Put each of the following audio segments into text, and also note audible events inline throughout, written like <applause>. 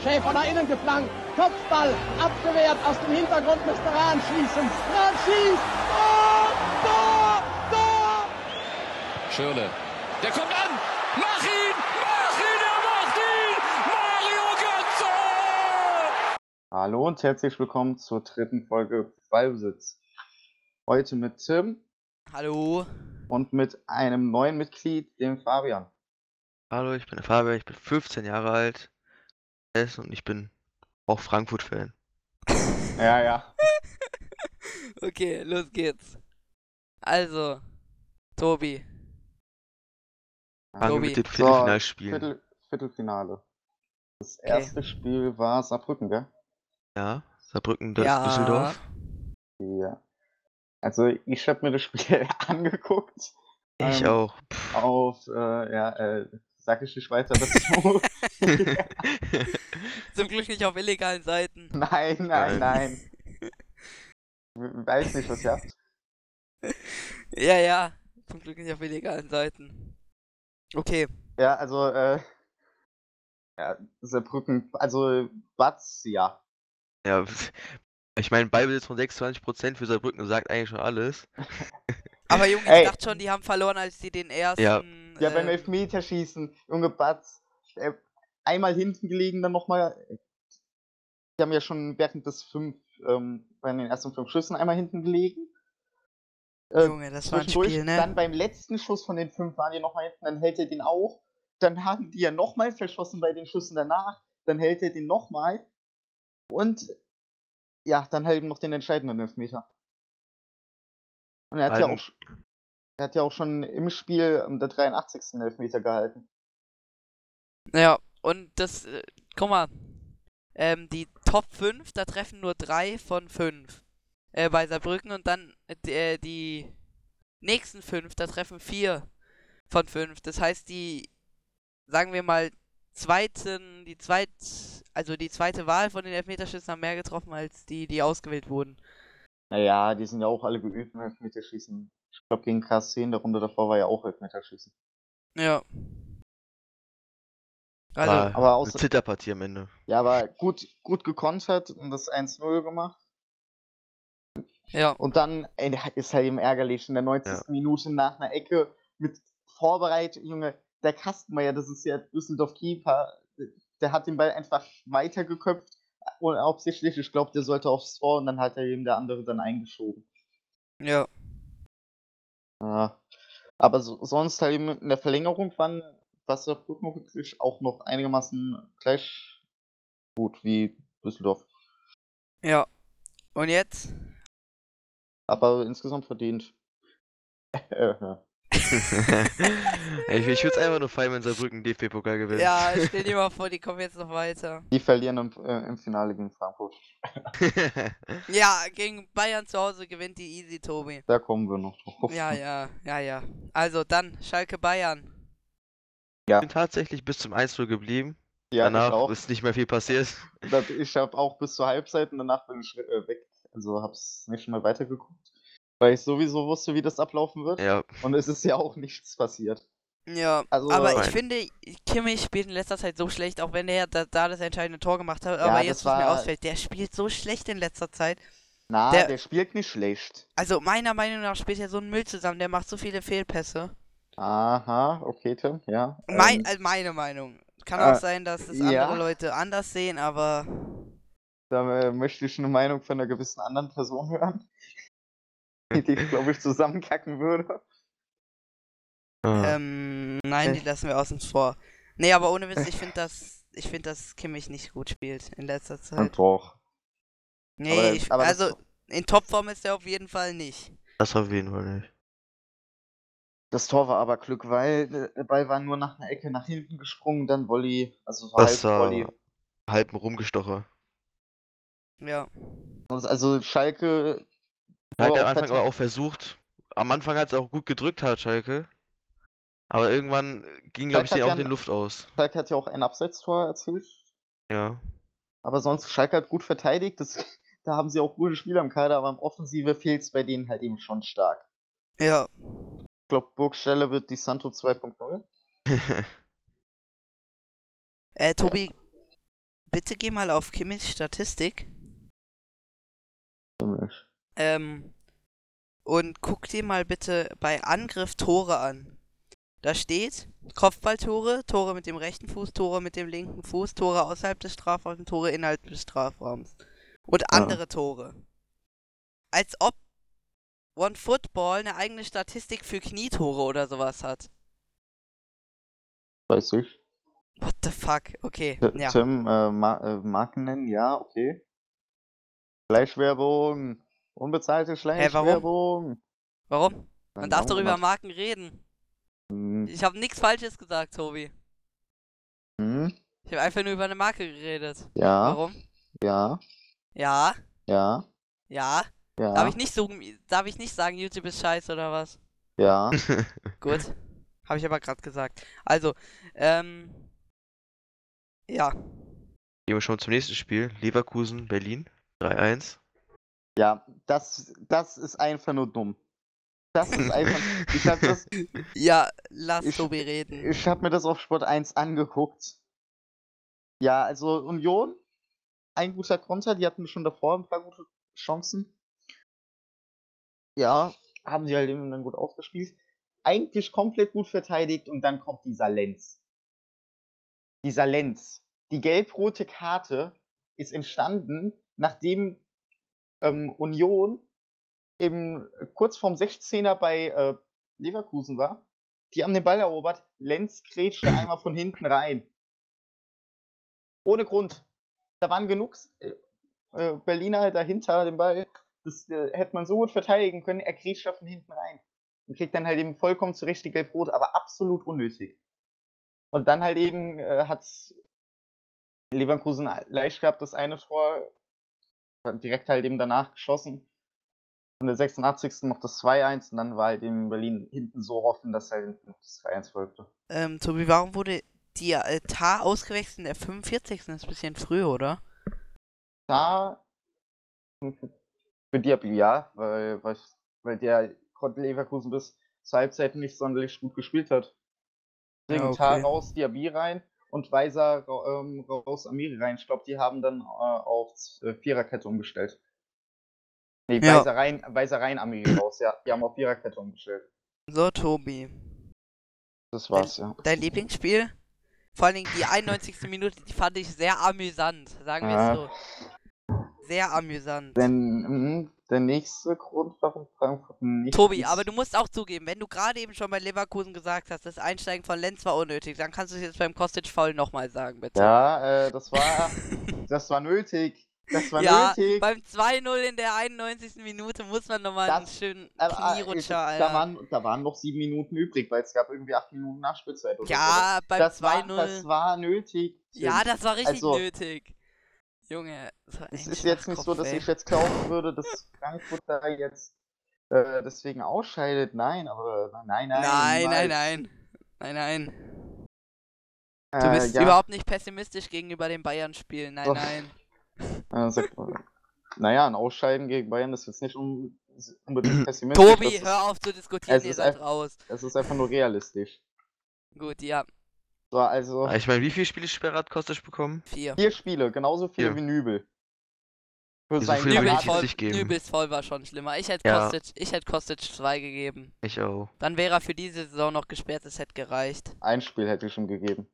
Schäfer nach innen geflankt. Kopfball abgewehrt aus dem Hintergrund müsste Rahn schießen. Rahn schießt. Tor! Tor! Tor! Schirle. Der kommt an. Mach ihn! Mach ihn! Er macht ihn! Mario Götze! Hallo und herzlich willkommen zur dritten Folge Ballbesitz. Heute mit Tim Hallo. und mit einem neuen Mitglied, dem Fabian. Hallo, ich bin der Äh, Fabian, ich bin 15 Jahre alt es- und ich bin auch Frankfurt-Fan. Ja, ja. Okay, los geht's. Also, Tobi, Fangen wir mit Tobi. den So, Viertelfinalspielen. Viertel, Viertelfinale. Das erste Spiel war Saarbrücken, gell? Ja, Saarbrücken, das Ja. Düsseldorf. Ja. Also ich habe mir das Spiel <laughs> angeguckt. Ich Ähm, <laughs> auch. <laughs> Pff. Auf, äh, ja, äh, sag ich nicht weiter <laughs> dazu. zum Glück nicht auf illegalen Seiten. nein, nein, Nein. nein. Ich Weiß nicht, was ihr habt. Ja, ja, zum Glück nicht auf illegalen Seiten. Okay, Ja, also, äh, ja, Saarbrücken, also Batzia. Ja, ich meine, Ballbesitz von 26% für Saarbrücken sagt eigentlich schon alles. aber Junge, ich Ey. dachte schon, die haben verloren, als die den ersten. Ja. Ja, beim ähm, Elfmeterschießen, Junge Batz. äh, Einmal hinten gelegen, dann nochmal. Die haben ja schon während des fünf, ähm, bei den ersten fünf Schüssen einmal hinten gelegen. Äh, Junge, das war ein zwischendurch, Spiel, ne? Dann beim letzten Schuss von den fünf waren die nochmal hinten, dann hält er den auch. Dann haben die ja nochmal verschossen bei den Schüssen danach. Dann hält er den nochmal. Und ja, dann halt noch den entscheidenden Elfmeter. Und er hat, ja Halten. auch, sch- er hat ja auch schon im Spiel ähm, der 83. Elfmeter gehalten. Ja, und das, äh, guck mal, ähm, die Top 5, da treffen nur 3 von 5 äh, bei Saarbrücken und dann äh, d- äh, die nächsten 5, da treffen 4 von 5. Das heißt, die, sagen wir mal, zweiten, die zweit, also die zweite Wahl von den Elfmeterschützen haben mehr getroffen als die, die ausgewählt wurden. Naja, die sind ja auch alle geübt im Elfmeterschießen. Ich glaube, gegen KSC in der Runde davor war ja auch Elfmeterschießen. Ja. Also, War aber eine aus, Zitterpartie <laughs> am Ende. ja, aber gut, gut gekontert und das 1-0 gemacht. ja. Und dann ey, der ist halt eben ärgerlich in der 90. Ja. Minute nach einer Ecke mit Vorbereitung, Junge, der Kastenmeier, das ist ja Düsseldorf Keeper, der hat den Ball einfach weitergeköpft und hauptsächlich, ich glaube, der sollte aufs Tor und dann hat er eben der andere dann eingeschoben. Ja. Ja. Aber so, sonst halt eben in der Verlängerung waren Wasserbrücken wirklich auch noch einigermaßen gleich gut wie Düsseldorf. Ja. Und jetzt? Aber insgesamt verdient. <laughs> ich ich würde es einfach nur feiern, wenn Saarbrücken DFB-Pokal gewinnt. <laughs> Ja, stell dir mal vor, die kommen jetzt noch weiter. Die verlieren im, äh, im Finale gegen Frankfurt. Ja, gegen Bayern zu Hause gewinnt die easy, Tobi. Da kommen wir noch drauf. Ja, ja, ja, ja. Also dann, Schalke Bayern. ich bin tatsächlich bis zum 1-0 geblieben. Ja, ich Danach auch. ist nicht mehr viel passiert. Das- Ich habe auch bis zur Halbzeit und danach bin ich äh, weg. Also hab's nicht mal weitergeguckt. Weil ich sowieso wusste, wie das ablaufen wird. Ja, Und es ist ja auch nichts passiert. Ja. Also, Aber ich Nein. finde, Kimmich spielt in letzter Zeit so schlecht, auch wenn er da, da das entscheidende Tor gemacht hat, aber das jetzt, was mir war- ausfällt, der spielt so schlecht in letzter Zeit. na, der, der- spielt nicht schlecht. Also meiner Meinung nach spielt er so einen Müll zusammen, der macht so viele Fehlpässe. Aha, okay, Tim, ja. Mein, ähm, also meine Meinung. Kann äh, auch sein, dass das ja. andere Leute anders sehen, aber da äh, möchte ich eine Meinung von einer gewissen anderen Person hören. <laughs> Die ich, glaube ich, zusammenkacken würde. Ah, ähm, nein, die lassen wir außen vor. Nee, aber ohne Witz, ich finde das, ich finde, dass Kimmich nicht gut spielt in letzter Zeit. doch. Nee, Aber- ich, aber das- also in Topform ist er auf jeden Fall nicht. das auf jeden Fall nicht. Das Tor war aber Glück, weil äh, der Ball war nur nach einer Ecke nach hinten gesprungen, dann Volley, also so halb Das Volley. war halb rumgestocher. Ja. Sonst- Also Schalke oh, Aber Hat auch er am Anfang aber verteidigt. auch versucht. Am Anfang hat es auch gut gedrückt, hat Schalke. Aber irgendwann ging, glaube ich, Schalke hat denen ja auch die ein- Luft aus. Schalke hat ja auch ein Abseitstor erzielt. Ja. Aber sonst, Schalke hat gut verteidigt. Das, <laughs> da haben sie auch gute Spieler im Kader, aber im Offensive fehlt es bei denen halt eben schon stark. Ja. Ich glaube, Burgstelle wird die Santo 2.0. Äh, Tobi, bitte geh mal auf Kimmichs Statistik Komisch. ähm, und guck dir mal bitte bei Angriff Tore an. Da steht Kopfballtore, Tore mit dem rechten Fuß, Tore mit dem linken Fuß, Tore außerhalb des Strafraums, Tore innerhalb des Strafraums und andere Tore. Als ob One Football eine eigene Statistik für Knietore oder sowas hat. Weiß ich. What the fuck? Okay, T- ja. Tim, äh, Ma äh, Marken nennen, ja, okay. Fleischwerbung. Unbezahlte Fleischwerbung. Warum? Man Dann darf sagen wir darüber mal- Marken reden. Hm, Ich habe nichts Falsches gesagt, Tobi. hm, Ich habe einfach nur über eine Marke geredet. Ja, Warum? ja, Ja, ja, ja. ja. Darf ich nicht so, darf ich nicht sagen, YouTube ist scheiße oder was? Ja. <laughs> Gut. Habe ich aber gerade gesagt. Also, ähm. Ja. Gehen wir schon zum nächsten Spiel. Leverkusen, Berlin. 3-1. Ja, das, das ist einfach nur dumm. Das ist einfach. Ich habe das, Ja, lass Ich- Tobi reden. ich hab mir das auf Sport 1 angeguckt. Ja, also Union, ein guter Konter, die hatten schon davor ein paar gute Chancen. Ja, haben sie halt eben dann gut aufgespielt. Eigentlich komplett gut verteidigt und dann kommt dieser Lenz. Dieser Lenz. Die gelb-rote Karte ist entstanden, nachdem ähm, Union im, kurz vorm 16er bei äh, Leverkusen war. Die haben den Ball erobert. Lenz grätschte einmal von hinten rein. Ohne Grund. Da waren genug äh, äh, Berliner dahinter, den Ball. Das äh, hätte man so gut verteidigen können. Er grätscht da von hinten rein. Und kriegt dann halt eben vollkommen zu Recht die Gelb-Rot, aber absolut unnötig. Und dann halt eben äh, hat Leverkusen leicht gehabt, das eine Tor äh, direkt halt eben danach geschossen. Und der 86. noch das 2-1 und dann war halt eben Berlin hinten so offen, dass halt hinten noch das 3-1 folgte. Ähm, Tobi, warum wurde die äh, Tar ausgewechselt in der 45. Das ist ein bisschen früh, oder? Da für Diaby ja, weil, weil, weil der Kont- Leverkusen bis zur Halbzeit nicht sonderlich gut gespielt hat. Deswegen Ja, Tar Ah, okay. raus, Diaby rein und Weiser ra- ähm, raus, Amiri rein. Ich glaube, die haben dann äh, auf äh, Viererkette umgestellt. Nee, Ja. Weiser rein, Weiser rein, Amiri raus, ja. Die haben auf Viererkette umgestellt. So, Tobi. Das war's, ja. Dein Lieblingsspiel? Vor allen Dingen die 91. Minute, die fand ich sehr amüsant, sagen wir Ja. es so. Sehr amüsant. Denn mh, der nächste Grund, warum Frankfurt nicht. Tobi, ist- aber du musst auch zugeben, wenn du gerade eben schon bei Leverkusen gesagt hast, das Einsteigen von Lenz war unnötig, dann kannst du es jetzt beim Kostic Foul nochmal sagen, bitte. Ja, äh, das <laughs> war. das war nötig. Das war Ja, nötig. beim 2-0 in der 91. Minute muss man nochmal einen Das- schönen Aber, ah, Knierutscher, da, Alter. waren, da waren noch sieben Minuten übrig, weil es gab irgendwie acht Minuten Nachspielzeit. Oder Ja, so. beim das war, das 2-0. war nötig. Ja, das war richtig Also- nötig. Junge, das war es ein ist jetzt nicht so, Schwachkopf, dass ey. ich jetzt glauben würde, dass Frankfurt da jetzt äh, deswegen ausscheidet. Nein, aber nein, nein. Nein, nein, niemals. nein. Nein, nein. Äh, Du bist ja, überhaupt nicht pessimistisch gegenüber dem Bayern-Spiel. Nein, Doch. nein. Äh, sagt man. naja, ein Ausscheiden gegen Bayern ist jetzt nicht un <clears throat> unbedingt pessimistisch. das Tobi, ist, hör auf zu diskutieren, es ihr ist seid ein- raus. Das ist einfach nur realistisch. Gut, ja, So, also Ah, Ich meine, wie viele Spiele hat Kostic bekommen? vier. vier Spiele, genauso viele Ja. wie Nübel. Für So sein viele würde Nübels ich jetzt voll, nicht geben. Nübels voll war schon schlimmer. Ich hätte Ja. Kostic, ich hätte Kostic 2 gegeben. Ich auch. Dann wäre er für diese Saison noch gesperrt, es hätte gereicht. Ein Spiel hätte ich ihm gegeben.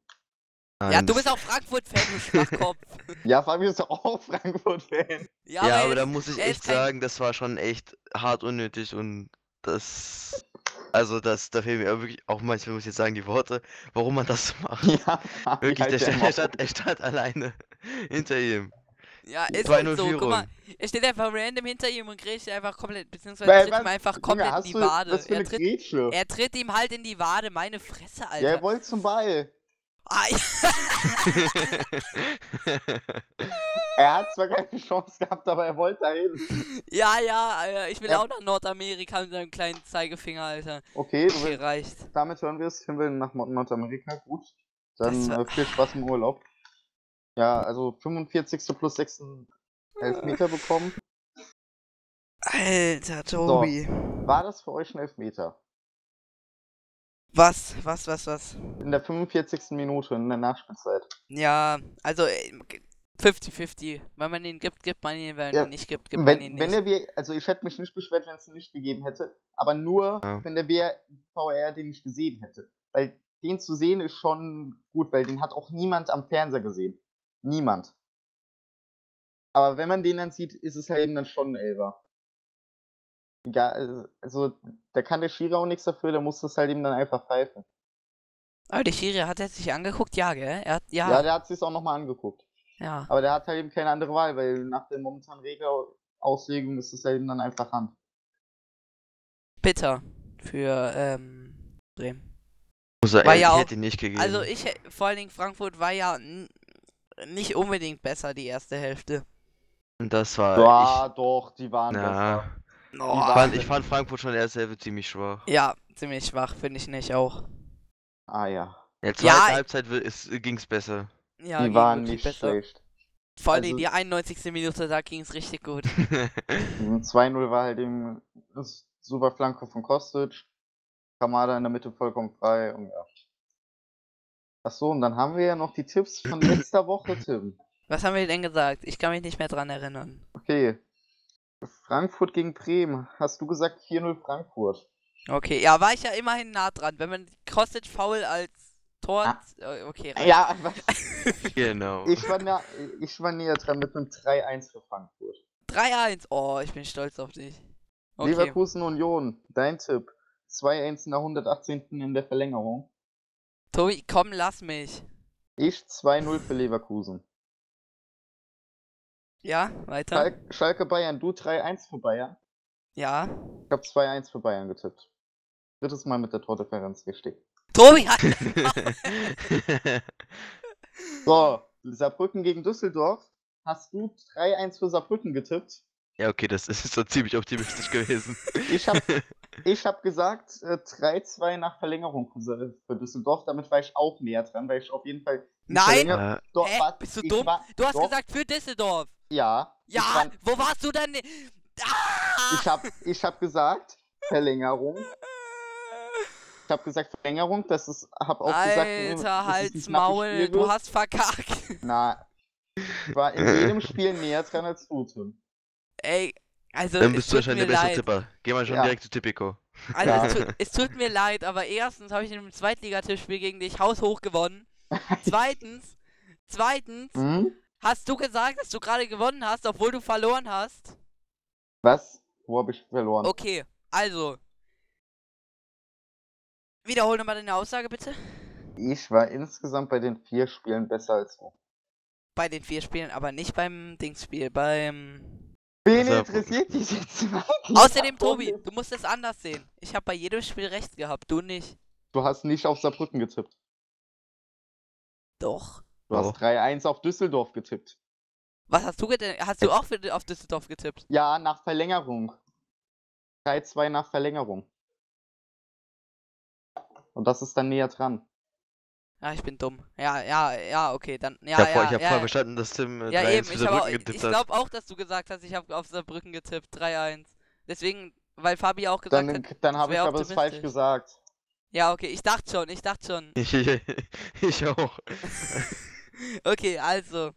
Ja, Eins. du bist auch Frankfurt-Fan, du Schwachkopf. Ja, Fabio ist auch Frankfurt-Fan. <laughs> Ja, aber, da jetzt- muss ich der echt ist kein- sagen, das war schon echt hart unnötig und das. Also, das, da fehlen mir auch wirklich, auch manchmal muss ich jetzt sagen, die Worte, warum man das macht. <laughs> Ja, Fabi, Wirklich, halt der, deine stand, der, Maul. stand, der stand alleine <laughs> <laughs> hinter ihm. Ja, ist halt 2-0 so. Guck mal, Führung. er steht einfach random hinter ihm und grätscht einfach komplett, beziehungsweise Weil, tritt was- ihm einfach Junge, komplett hast in die du, Wade. Was für Er eine tritt, Grätsche. er tritt ihm halt in die Wade, meine Fresse, Ja, Alter. er wollte zum Ball. Ah, ja. Er hat zwar keine Chance gehabt, aber er wollte dahin. <laughs> ja, ja, äh, ich will Ja. auch nach Nordamerika mit seinem kleinen Zeigefinger, Alter. Okay, du Okay, willst, reicht. damit hören wir es. Können wir nach Mon- Nordamerika? Gut. Dann Das war- äh, viel Spaß im Urlaub. Ja, also 45. plus 6. Elfmeter bekommen. Alter, Tobi. War das für euch ein Elfmeter? Was, was, was, was? In der 45. Minute, in der Nachspielzeit. Ja, also äh, 50-50. Wenn man ihn gibt, gibt man ihn, wenn Ja, man ihn nicht gibt, gibt man ihn Wenn, nicht. wenn der wir, also ich hätte mich nicht beschwert, wenn es ihn nicht gegeben hätte, aber nur, Ja. wenn der VR den nicht gesehen hätte. Weil den zu sehen ist schon gut, weil den hat auch niemand am Fernseher gesehen. Niemand. Aber wenn man den dann sieht, ist es halt eben dann schon ein Elfer. Egal, also- also da kann der Schiri auch nichts dafür, der muss das halt eben dann einfach pfeifen. Aber der Schiri hat er sich angeguckt, ja, gell? Er hat, Ja, ja, ja. der hat sich's auch nochmal angeguckt. Aber der hat halt eben keine andere Wahl, weil nach der momentanen Regelauslegung ist es halt eben dann einfach Hand. Bitter für ähm, Bremen. Muss er War ehrlich, ja ich auch- hätte ihn nicht gegeben. Also ich, hä- vor allen Dingen Frankfurt war ja n- nicht unbedingt besser die erste Hälfte. Und das war. Ja, doch, die waren ich, besser. na, Die ich, waren fand, ich besser. fand Frankfurt schon erst selber ziemlich schwach. Ja, ziemlich schwach, finde ich nicht auch. Ah ja, In der Ja, zweiten ich- Halbzeit wi- es- <laughs> ging's besser. Ja, die ging waren wirklich nicht schlecht. Vor allen Also- Dingen die 91. Minute, da ging es <laughs> richtig gut. Mhm, 2-0 war halt eben das super Flanke von Kostic. Kamada in der Mitte vollkommen frei und ja. Achso, und dann haben wir ja noch die Tipps von letzter Woche, Tim. Was haben wir denn gesagt? Ich kann mich nicht mehr dran erinnern. Okay. Frankfurt gegen Bremen. Hast du gesagt 4-0 Frankfurt? Okay, ja, war ich ja immerhin nah dran. Wenn man Kostic faul als Tor... Ah. äh, Okay, reicht. Ja, aber <laughs> genau. ich war, nah, ich war näher dran mit einem 3-1 für Frankfurt. 3-1. Oh, ich bin stolz auf dich. Okay. Leverkusen Union, dein Tipp. 2-1 in der 118. in der Verlängerung. Tobi, komm, lass mich. Ich 2-0 für Leverkusen. Ja, weiter. Schalke, Schalke Bayern, du 3-1 für Bayern. Ja. Ich habe 2-1 für Bayern getippt. Drittes Mal mit der Tordifferenz richtig. Tobi hat... So, Saarbrücken gegen Düsseldorf. Hast du 3-1 für Saarbrücken getippt? <laughs> ja, okay, das ist so ziemlich optimistisch gewesen. Ich <laughs> habe ich hab gesagt äh, 3-2 nach Verlängerung für Sa- für Düsseldorf. Damit war ich auch näher dran, weil ich auf jeden Fall. die Nein! Verlänger- Ja, Doch, Hä? warte, Bist du ich dumm? war- Du hast doch, gesagt für Düsseldorf. Ja. ich Ja, war- wo warst du denn? Ah! Ich habe ich hab <laughs> gesagt, Verlängerung. Ich habe gesagt, Verlängerung. Das ist, hab auch Alter, gesagt, dass es ein halt's knappes Maul, Spiel du wird. hast verkackt. Na, ich war in jedem Spiel näher dran als du, Tim. Ey, also Dann es bist du tut wahrscheinlich mir der bessere leid. Tipper. Geh mal schon Ja. direkt zu Tipico. Also Ja. <laughs> es, tut, es tut mir leid, aber erstens habe ich in einem Zweitligatippspiel gegen dich haushoch gewonnen. Zweitens, zweitens Hm? hast du gesagt, dass du gerade gewonnen hast, obwohl du verloren hast. Was? Wo habe ich verloren? Okay, also wiederhol nochmal deine Aussage bitte. Ich war insgesamt bei den vier Spielen besser als du. Bei den vier Spielen, aber nicht beim Dingsspiel, beim Wen Also- interessiert dich jetzt? Außerdem, Tobi, du musst es anders sehen. Ich habe bei jedem Spiel recht gehabt, du nicht. Du hast nicht auf Saarbrücken getippt. Doch. Du hast Doch. 3-1 auf Düsseldorf getippt. Was hast du gedacht? Hast du auch für, auf Düsseldorf getippt? Ja, nach Verlängerung. 3-2 nach Verlängerung. Und das ist dann näher dran. Ja, Ah, ich bin dumm. Ja, ja, ja, okay, dann. Ja, ich habe ja, voll, ich hab ja, voll verstanden, dass Tim äh, ja, drei eben. für Ich, hab auch- Saarbrücken ich getippt hat. <laughs> glaube auch, dass du gesagt hast, ich habe auf Saarbrücken getippt. 3-1. Deswegen, weil Fabi auch gesagt Dann, hat. dann habe ich wär aber das falsch optimistisch. gesagt. Ja, okay, ich dachte schon, ich dachte schon. ich auch. <laughs> Okay, also.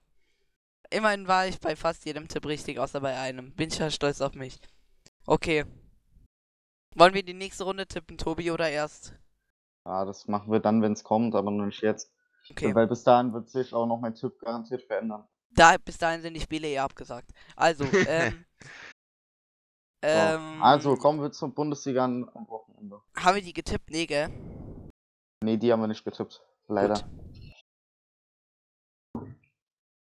Immerhin war ich bei fast jedem Tipp richtig, außer bei einem. Bin ich ja stolz auf mich. Okay. Wollen wir die nächste Runde tippen, Tobi, oder erst? Ja, das machen wir dann, wenn es kommt, aber nur nicht jetzt. Okay. Weil bis dahin wird sich auch noch mein Tipp garantiert verändern. Da, bis dahin sind die Spiele eher abgesagt. <laughs> Also, ähm. So. ähm. also kommen wir zur Bundesliga an- am Wochenende. Haben wir die getippt? Nee, gell? Nee, die haben wir nicht getippt. Leider. Gut.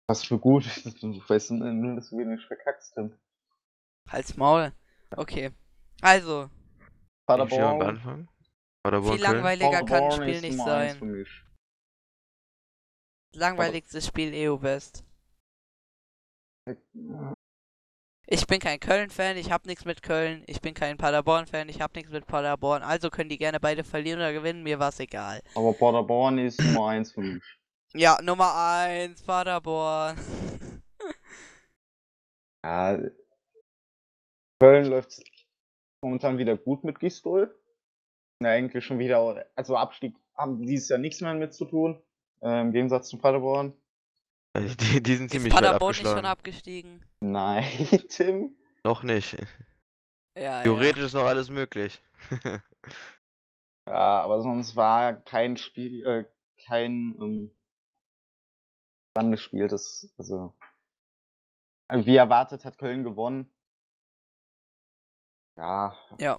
Was für gut. <laughs> Du weißt nur, dass wir nicht verkackt sind. Halt's Maul. Okay. Also, Darf ich jemand Paderborn. anfangen? Paderborn, viel langweiliger kann ein Paderborn Spiel Oh, ist nicht Nummer eins für sein. mich. Langweiligstes Spiel eh, EU West. Äh, Ich bin kein Köln-Fan, ich hab nichts mit Köln. Ich bin kein Paderborn-Fan, ich hab nichts mit Paderborn. Also können die gerne beide verlieren oder gewinnen, mir war's egal. Aber Paderborn ist Nummer eins für mich. Ja, Nummer 1, Paderborn. <laughs> Ja. Köln läuft momentan wieder gut mit Gistol. Na, eigentlich schon wieder. Also Abstieg haben die dieses Jahr nichts mehr mit zu tun. Äh, Im Gegensatz zu Paderborn. Also die, die sind Ist ziemlich weit Paderborn nicht abgeschlagen. schon abgestiegen? Nein, <laughs> Tim. Noch nicht. Ja, Theoretisch ist noch alles möglich. <laughs> Ja, aber sonst war kein Spiel, äh, kein ähm, spannendes Spiel, das, also, äh, wie erwartet hat Köln gewonnen. Ja, Ja.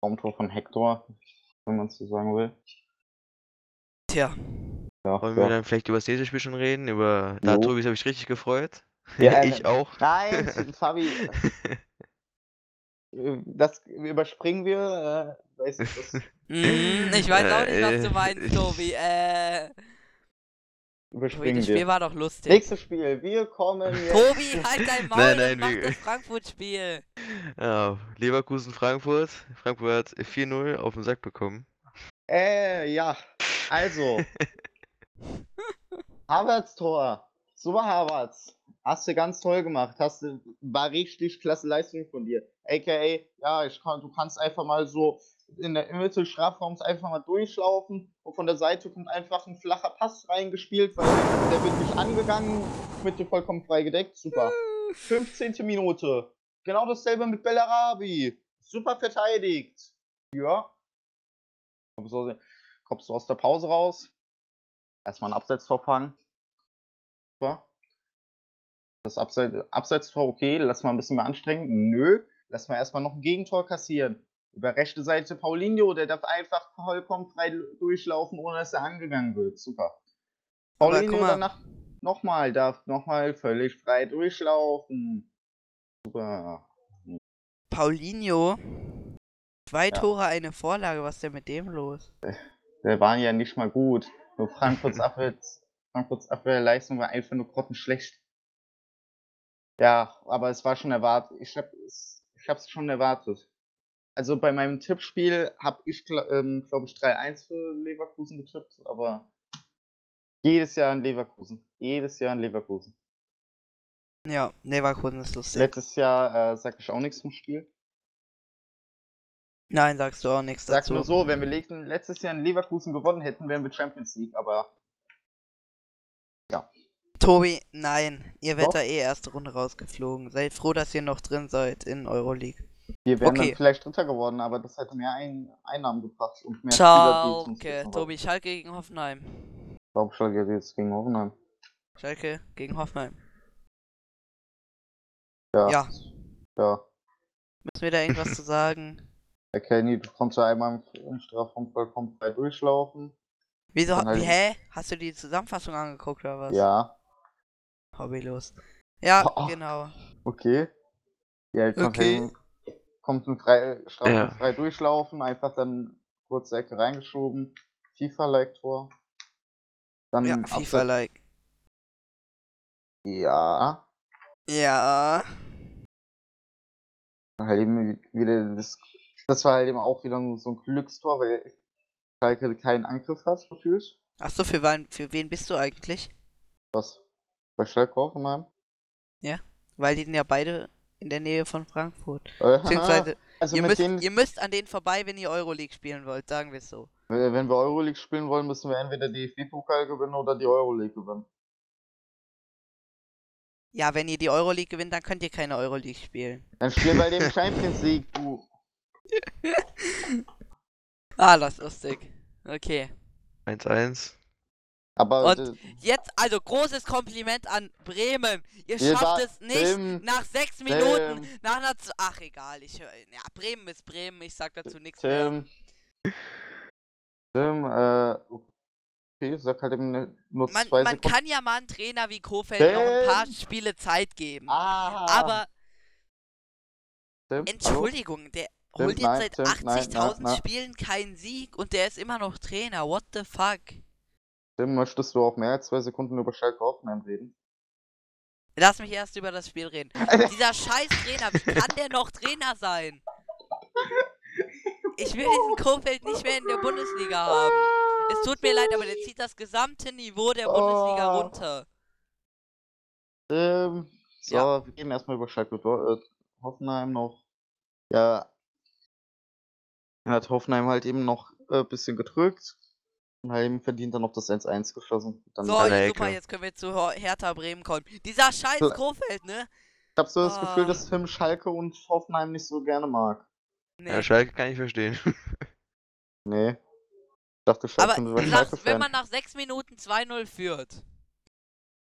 Traumtor von Hector, wenn man so sagen will. ja. Tja. Ja, Wollen ja. wir dann vielleicht über das nächste Spiel schon reden? Über da Jo. Tobi habe ich richtig gefreut. <laughs> Ja, <laughs> ich äh, auch. Nein, Fabi, äh, das überspringen wir. Äh, weiß ich, <laughs> das Mhm, ich weiß auch nicht, was Äh, du meinst, ich- Tobi. Äh, Tobi, überspringen das Spiel wir. war doch lustig. Nächstes Spiel, wir kommen jetzt. Tobi, halt dein Maul Nein, nein, und mach wir- das Frankfurt-Spiel. ja, Leverkusen Frankfurt. Frankfurt hat 4-0 auf den Sack bekommen. Äh, ja. Also. Havertz Tor. Super Havertz. Hast du ganz toll gemacht. Hast du, war richtig klasse Leistung von dir. AKA, ja, ich kann, du kannst einfach mal so in der Mitte Strafraums einfach mal durchlaufen und von der Seite kommt einfach ein flacher Pass reingespielt, weil der wird nicht angegangen, wird dir vollkommen frei gedeckt. Super. 15. Minute. Genau dasselbe mit Bellarabi. Super verteidigt. Ja. Kommst du aus, kommst du aus der Pause raus? Erstmal ein Abseitstor fangen. Super. Das Abseits, Abseitstor, okay, lass mal ein bisschen mehr anstrengen. Nö, lass mal erstmal noch ein Gegentor kassieren. Über rechte Seite Paulinho, der darf einfach vollkommen frei durchlaufen, ohne dass er angegangen wird. Super. Aber Paulinho guck mal. danach nochmal, darf nochmal völlig frei durchlaufen. Super. Paulinho. Zwei Ja. Tore, eine Vorlage. Was ist denn mit dem los? Wir waren ja nicht mal gut. Nur Frankfurts, Abwehr, Frankfurts Abwehrleistung war einfach nur grottenschlecht. Ja, aber es war schon erwartet. Ich hab es ich hab's schon erwartet. Also bei meinem Tippspiel habe ich, gl- ähm, glaube ich, 3-1 für Leverkusen getippt, aber jedes Jahr in Leverkusen. Jedes Jahr in Leverkusen. Ja, Leverkusen ist lustig. Letztes Jahr äh, sag ich auch nichts zum Spiel. Nein, sagst du auch nichts Sag dazu. nur so, wenn wir le- letztes Jahr in Leverkusen gewonnen hätten, wären wir Champions League, aber Tobi, nein. Ihr Doch. werdet da eh erste Runde rausgeflogen. Seid froh, dass ihr noch drin seid in Euroleague. Wir wären Okay. dann vielleicht Dritter geworden, aber das hätte mehr ein Einnahmen gebracht und mehr Spieler, die uns Schalke. wissen wollten. Tobi, Schalke gegen Hoffenheim. Ich glaube, Schalke hat jetzt gegen Hoffenheim. Schalke gegen Hoffenheim. Ja. Ja. Ja. Müssen wir da <laughs> irgendwas zu sagen? Der Kenny, du kommst ja einmal im- im Strafraum vollkommen frei durchlaufen. Wieso? Dann halt- Wie, hä? Hast du die Zusammenfassung angeguckt oder was? Ja, Hobbylos. Ja, Oh. genau. okay. Ja, jetzt kommt Okay. Henry, Kommt ein frei, Strafraum Ja. frei durchlaufen, einfach dann kurze Ecke reingeschoben. FIFA-Like-Tor. Dann Ja, Abseits- FIFA-like. Ja. Ja. halt eben wieder das, das war halt eben auch wieder so ein Glückstor, weil Schalke keinen Angriff hat, gefühlt. Achso, für, wen- für wen bist du eigentlich? Was? Bei Schalke Hoffenheim? Weil die sind ja beide in der Nähe von Frankfurt. Äh, Beziehungsweise, also ihr, mit müsst, denen, ihr müsst an denen vorbei, wenn ihr Euroleague spielen wollt, sagen wir es so. äh, wenn wir Euroleague spielen wollen, müssen wir entweder DFB-Pokal gewinnen oder die Euroleague gewinnen. Ja, wenn ihr die Euroleague gewinnt, dann könnt ihr keine Euroleague spielen. Dann spielen wir <laughs> den Champions League, du. Ah, das ist lustig. Okay. 1-1. Aber äh, Und Jetzt also großes Kompliment an Bremen. Ihr Wir schafft war- es nicht Bremen. nach sechs Minuten, Bremen. nach einer. Z Ach, egal. Ich, hör- ja, Bremen ist Bremen. Ich sag dazu nichts mehr. Tim. Tim, äh, okay, sag halt eben ne- nur Man, zwei man Sekunden. kann ja mal einen Trainer wie Kofeld noch ein paar Tim. Spiele Zeit geben. Ah, Aber Tim, hallo? Entschuldigung, der Tim, holt nein, jetzt Tim, seit nein, nein, 80.000 nein. Spielen keinen Sieg und der ist immer noch Trainer. What the fuck? Tim, möchtest du auch mehr als zwei Sekunden über Schalke Hoffenheim reden? Lass mich erst über das <laughs> Spiel reden. Dieser scheiß Trainer, wie kann der noch Trainer sein? Ich will diesen Kofeld nicht mehr in der Bundesliga haben. Es tut mir leid, aber der zieht das gesamte Niveau der Bundesliga Oh. runter. Ähm, so, wir gehen erstmal über Schalke Dor- äh, Hoffenheim noch. Ja. Hat Hoffenheim halt eben noch ein äh, bisschen gedrückt. Heidenheim verdient dann noch das 1-1 geschossen. Dann So, an ich der super, Ecke. jetzt können wir zu Hor- Hertha Bremen kommen. Dieser scheiß So- Kofeld, ne? habe so das Gefühl, Ah. dass Tim Schalke und Hoffenheim nicht so gerne mag. Nee. Ja, Schalke kann ich verstehen. <laughs> Nee. Ich dachte, Schalke Aber sind über nach, Schalke-Fan. wenn man nach 6 Minuten 2-0 führt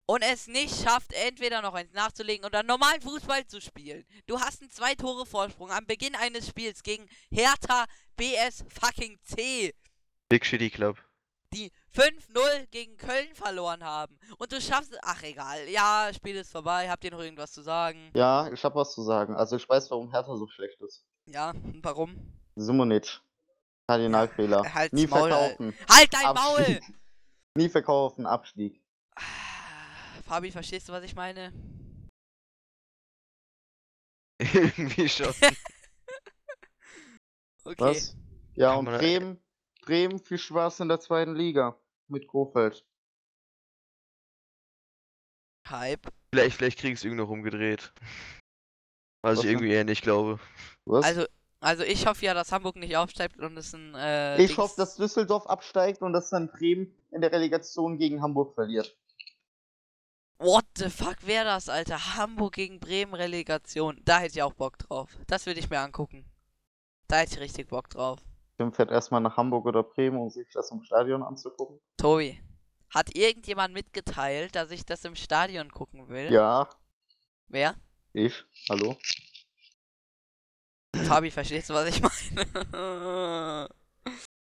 und es nicht schafft, entweder noch eins nachzulegen oder normalen Fußball zu spielen, du hast einen zwei Tore Vorsprung am Beginn eines Spiels gegen Hertha BS fucking C, Big Shitty Club. <laughs> die 5-0 gegen Köln verloren haben und du schaffst es, ach egal, ja, Spiel ist vorbei, habt ihr noch irgendwas zu sagen? Ja, ich habe was zu sagen. Also ich weiß, warum Hertha so schlecht ist. Ja, warum? Simonic. Kardinalfehler. Ja, halt's Nie Maul, Alter. verkaufen. Halt dein Maul! Abstieg. Nie verkaufen, Abstieg. Ah, Fabi, verstehst du, was ich meine? Irgendwie schon. Okay. Was? Ja, Kann und man da- Bremen, Bremen viel Spaß in der zweiten Liga mit Kofeld. Hype. Vielleicht, vielleicht kriegen es irgendwie noch rumgedreht. Was Was ich denn? irgendwie eher nicht glaube. Was? Also, also ich hoffe ja, dass Hamburg nicht aufsteigt und es ein äh, ich Dings- hoffe, dass Düsseldorf absteigt und dass dann Bremen in der Relegation gegen Hamburg verliert. What the fuck wäre das, Alter? Hamburg gegen Bremen Relegation. Da hätte ich auch Bock drauf. Das würde ich mir angucken. Da hätte ich richtig Bock drauf. Tim fährt erstmal nach Hamburg oder Bremen, um sich das im Stadion anzugucken. Tobi, hat irgendjemand mitgeteilt, dass ich das im Stadion gucken will? Ja, Wer? ich. Hallo? Fabi, verstehst du, was ich meine?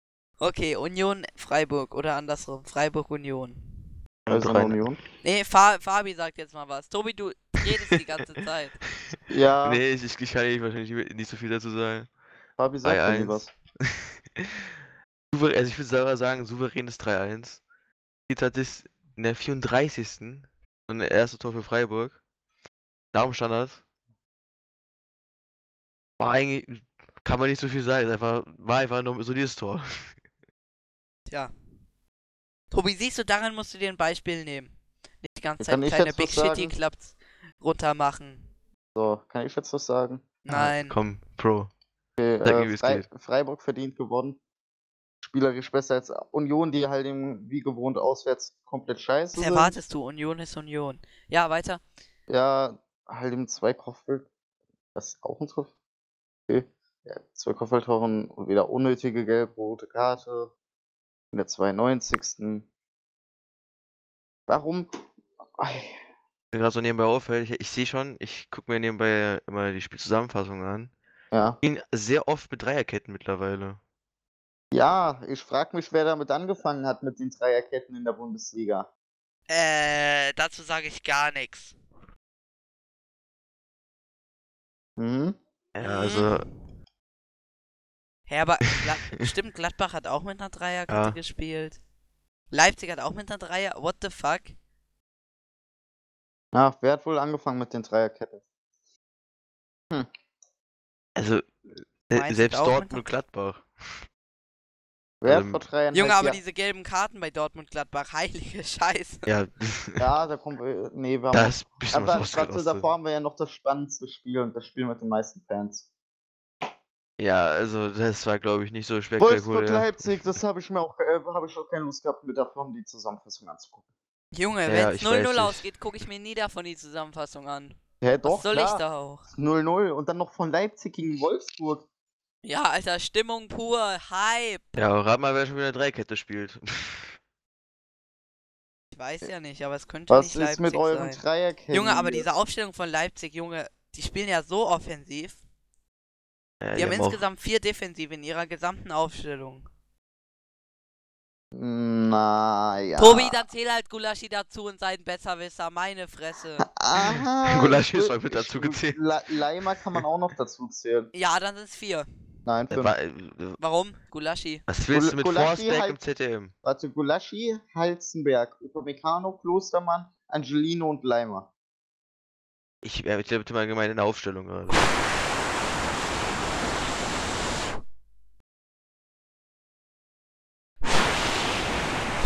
<laughs> okay, Union Freiburg oder andersrum. Freiburg Union. Also in der Union. Nee, Fa Fabi sagt jetzt mal was. Tobi, du redest <laughs> die ganze Zeit. Ja, Nee, ich, ich, ich kann eh wahrscheinlich nicht- nicht so viel dazu sagen. Fabi sagt mir nie 3-1. was. Souver- also ich würde selber sagen, souveränes 3-1. Kita Dis halt in der 34. Und der erste Tor für Freiburg. Nach dem Standard. War eigentlich, kann man nicht so viel sagen. Ist einfach, war einfach nur ein solides Tor. Tja. Tobi, siehst du, daran musst du dir ein Beispiel nehmen. Nicht die ganze Zeit Kann ich kleine jetzt Big was Shitty sagen? Clubs runtermachen. So, kann ich jetzt was sagen? Nein. Komm, Pro. Okay, Sag mir, äh, wie's Frei Freiburg verdient gewonnen. Spielerisch besser als Union, die halt eben wie gewohnt auswärts komplett scheiße Was sind. erwartest du? Union ist Union. Ja, weiter. Ja, halt eben zwei Kopfball. Das ist auch ein Tor. Okay. Ja, zwei Kopfballtoren und wieder unnötige gelb-rote Karte. In der 92. Warum? Ei, Mir gerade so nebenbei auffällt, ich, ich sehe schon, ich gucke mir nebenbei immer die Spielzusammenfassung an. Ja. Ihn sehr oft mit Dreierketten mittlerweile. Ja, ich frag mich, wer damit angefangen hat mit den Dreierketten in der Bundesliga. Äh, dazu sage ich gar nichts. Hm? Ja, also, <laughs> Ja, aber Glad stimmt, Gladbach hat auch mit einer Dreierkette Ja. gespielt. Leipzig hat auch mit einer Dreier. What the fuck? Ach, wer hat wohl angefangen mit den Dreierketten? also se- Mainz hat selbst auch mit Dortmund einer- und Gladbach. Wer hat Ähm, vor dreieinhalb Junge, aber Jahr- diese gelben Karten bei Dortmund Gladbach, <laughs> heilige Scheiße. Ja, <laughs> <laughs> Ja, da kommen wir. äh, Nee, wir haben. da ist ein bisschen aber was warte, ausgerastet. davor haben wir ja noch das spannendste Spiel und das Spiel mit den meisten Fans. Ja, also das war glaube ich nicht so spektakulär. Wolfsburg-Leipzig, das habe ich mir auch, äh, habe ich auch keine Lust gehabt, mir davon die Zusammenfassung anzugucken. Junge, Ja, wenn es ich weiß 0-0 nicht. ausgeht, gucke ich mir nie davon die Zusammenfassung an. Hä, doch, was soll klar. ich da auch? 0-0 und dann noch von Leipzig gegen Wolfsburg. Ja, Alter, Stimmung pur, Hype. Ja, rat mal, wer schon wieder Dreikette spielt. <laughs> Ich weiß ja nicht, aber es könnte Was nicht ist Leipzig mit euren sein. Dreierketten? Junge, aber hier? diese Aufstellung von Leipzig, Junge, die spielen ja so offensiv. Ja, die, haben auch- insgesamt vier Defensive in ihrer gesamten Aufstellung. Na ja. Tobi, dann zähl halt Gulaschi dazu und sein Besserwisser, meine Fresse. Aha. <laughs> Gulaschi ist ich- mal mit ich- dazu gezählt. Le Leimer kann man auch noch dazu zählen. Ja, dann sind es vier. Nein, Äh, fünf. wa- äh, Warum? Gulaschi. Was willst Gul- du mit Gulaschi Forsberg halt- im ZDM? Warte, Gulaschi, Halzenberg, Upamecano, Klostermann, Angelino und Leimer. Ich, äh, ich glaube, im Allgemeinen in der Aufstellung gerade.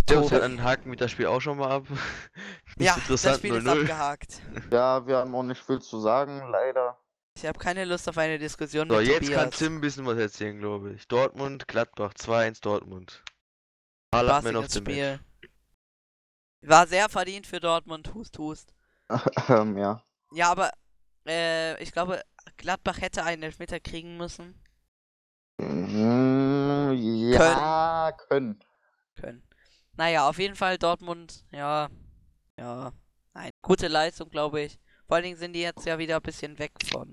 Der hat einen Haken mit das Spiel auch schon mal ab. <laughs> Nicht Ja, das interessant, Spiel ist 0-0. abgehakt. Ja, wir haben auch nicht viel zu sagen, leider. <laughs> Ich habe keine Lust auf eine Diskussion So, mit jetzt kann Tobias. Tim ein bisschen was erzählen, glaube ich. Dortmund, Gladbach, 2-1 Dortmund. Haaland Man of spaßiges the Match. Spiel. War sehr verdient für Dortmund, hust, hust. ähm, ja. Ja, aber äh, ich glaube, Gladbach hätte einen Elfmeter kriegen müssen. Mm, Ja, können. Können. Naja, auf jeden Fall Dortmund, ja. Ja. Nein. Gute Leistung, glaube ich. Vor allen Dingen sind die jetzt ja wieder ein bisschen weg von.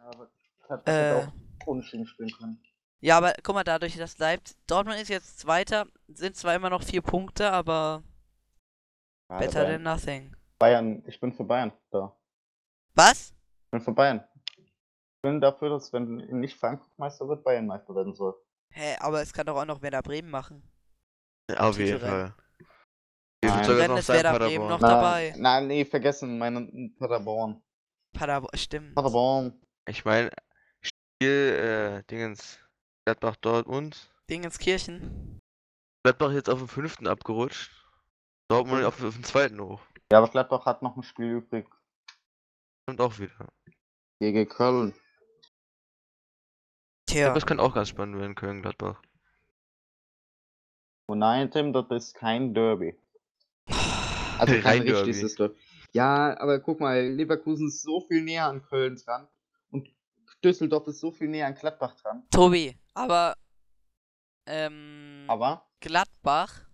Aber hat Äh, auch unentschieden spielen können. ja, aber guck mal, dadurch, dass Leipzig. Dortmund ist jetzt Zweiter, sind zwar immer noch vier Punkte, aber Ja, better than Bayern. nothing. Bayern, ich bin für Bayern da. Was? Ich bin für Bayern. Ich bin dafür, dass wenn nicht Frankfurt Meister wird, Bayern Meister werden soll. Hä, aber es kann doch auch noch Werder Bremen machen. Auf jeden Titelrennen. Fall. Ich Nein. würde sogar Wenn noch es sagen, Werder Bremen Paderborn. noch- Nein, dabei. Nein, nee, vergessen, meine Paderborn. Paderborn, stimmt. Paderborn. Ich meine, Spiel, äh, Dingens, Gladbach Dortmund. Dingenskirchen. Gladbach jetzt auf den fünften abgerutscht. Dortmund auf, auf den zweiten hoch. Ja, aber Gladbach hat noch ein Spiel übrig. Und auch wieder. Gegen Köln. Ja. Tja. Das könnte auch ganz spannend werden, Köln, Gladbach. Und nein, Tim, das ist kein Derby. <laughs> Also kein Rein richtiges Derby. Ja, aber guck mal, Leverkusen ist so viel näher an Köln dran. Und Düsseldorf ist so viel näher an Gladbach dran. Tobi, aber ähm, Aber Gladbach.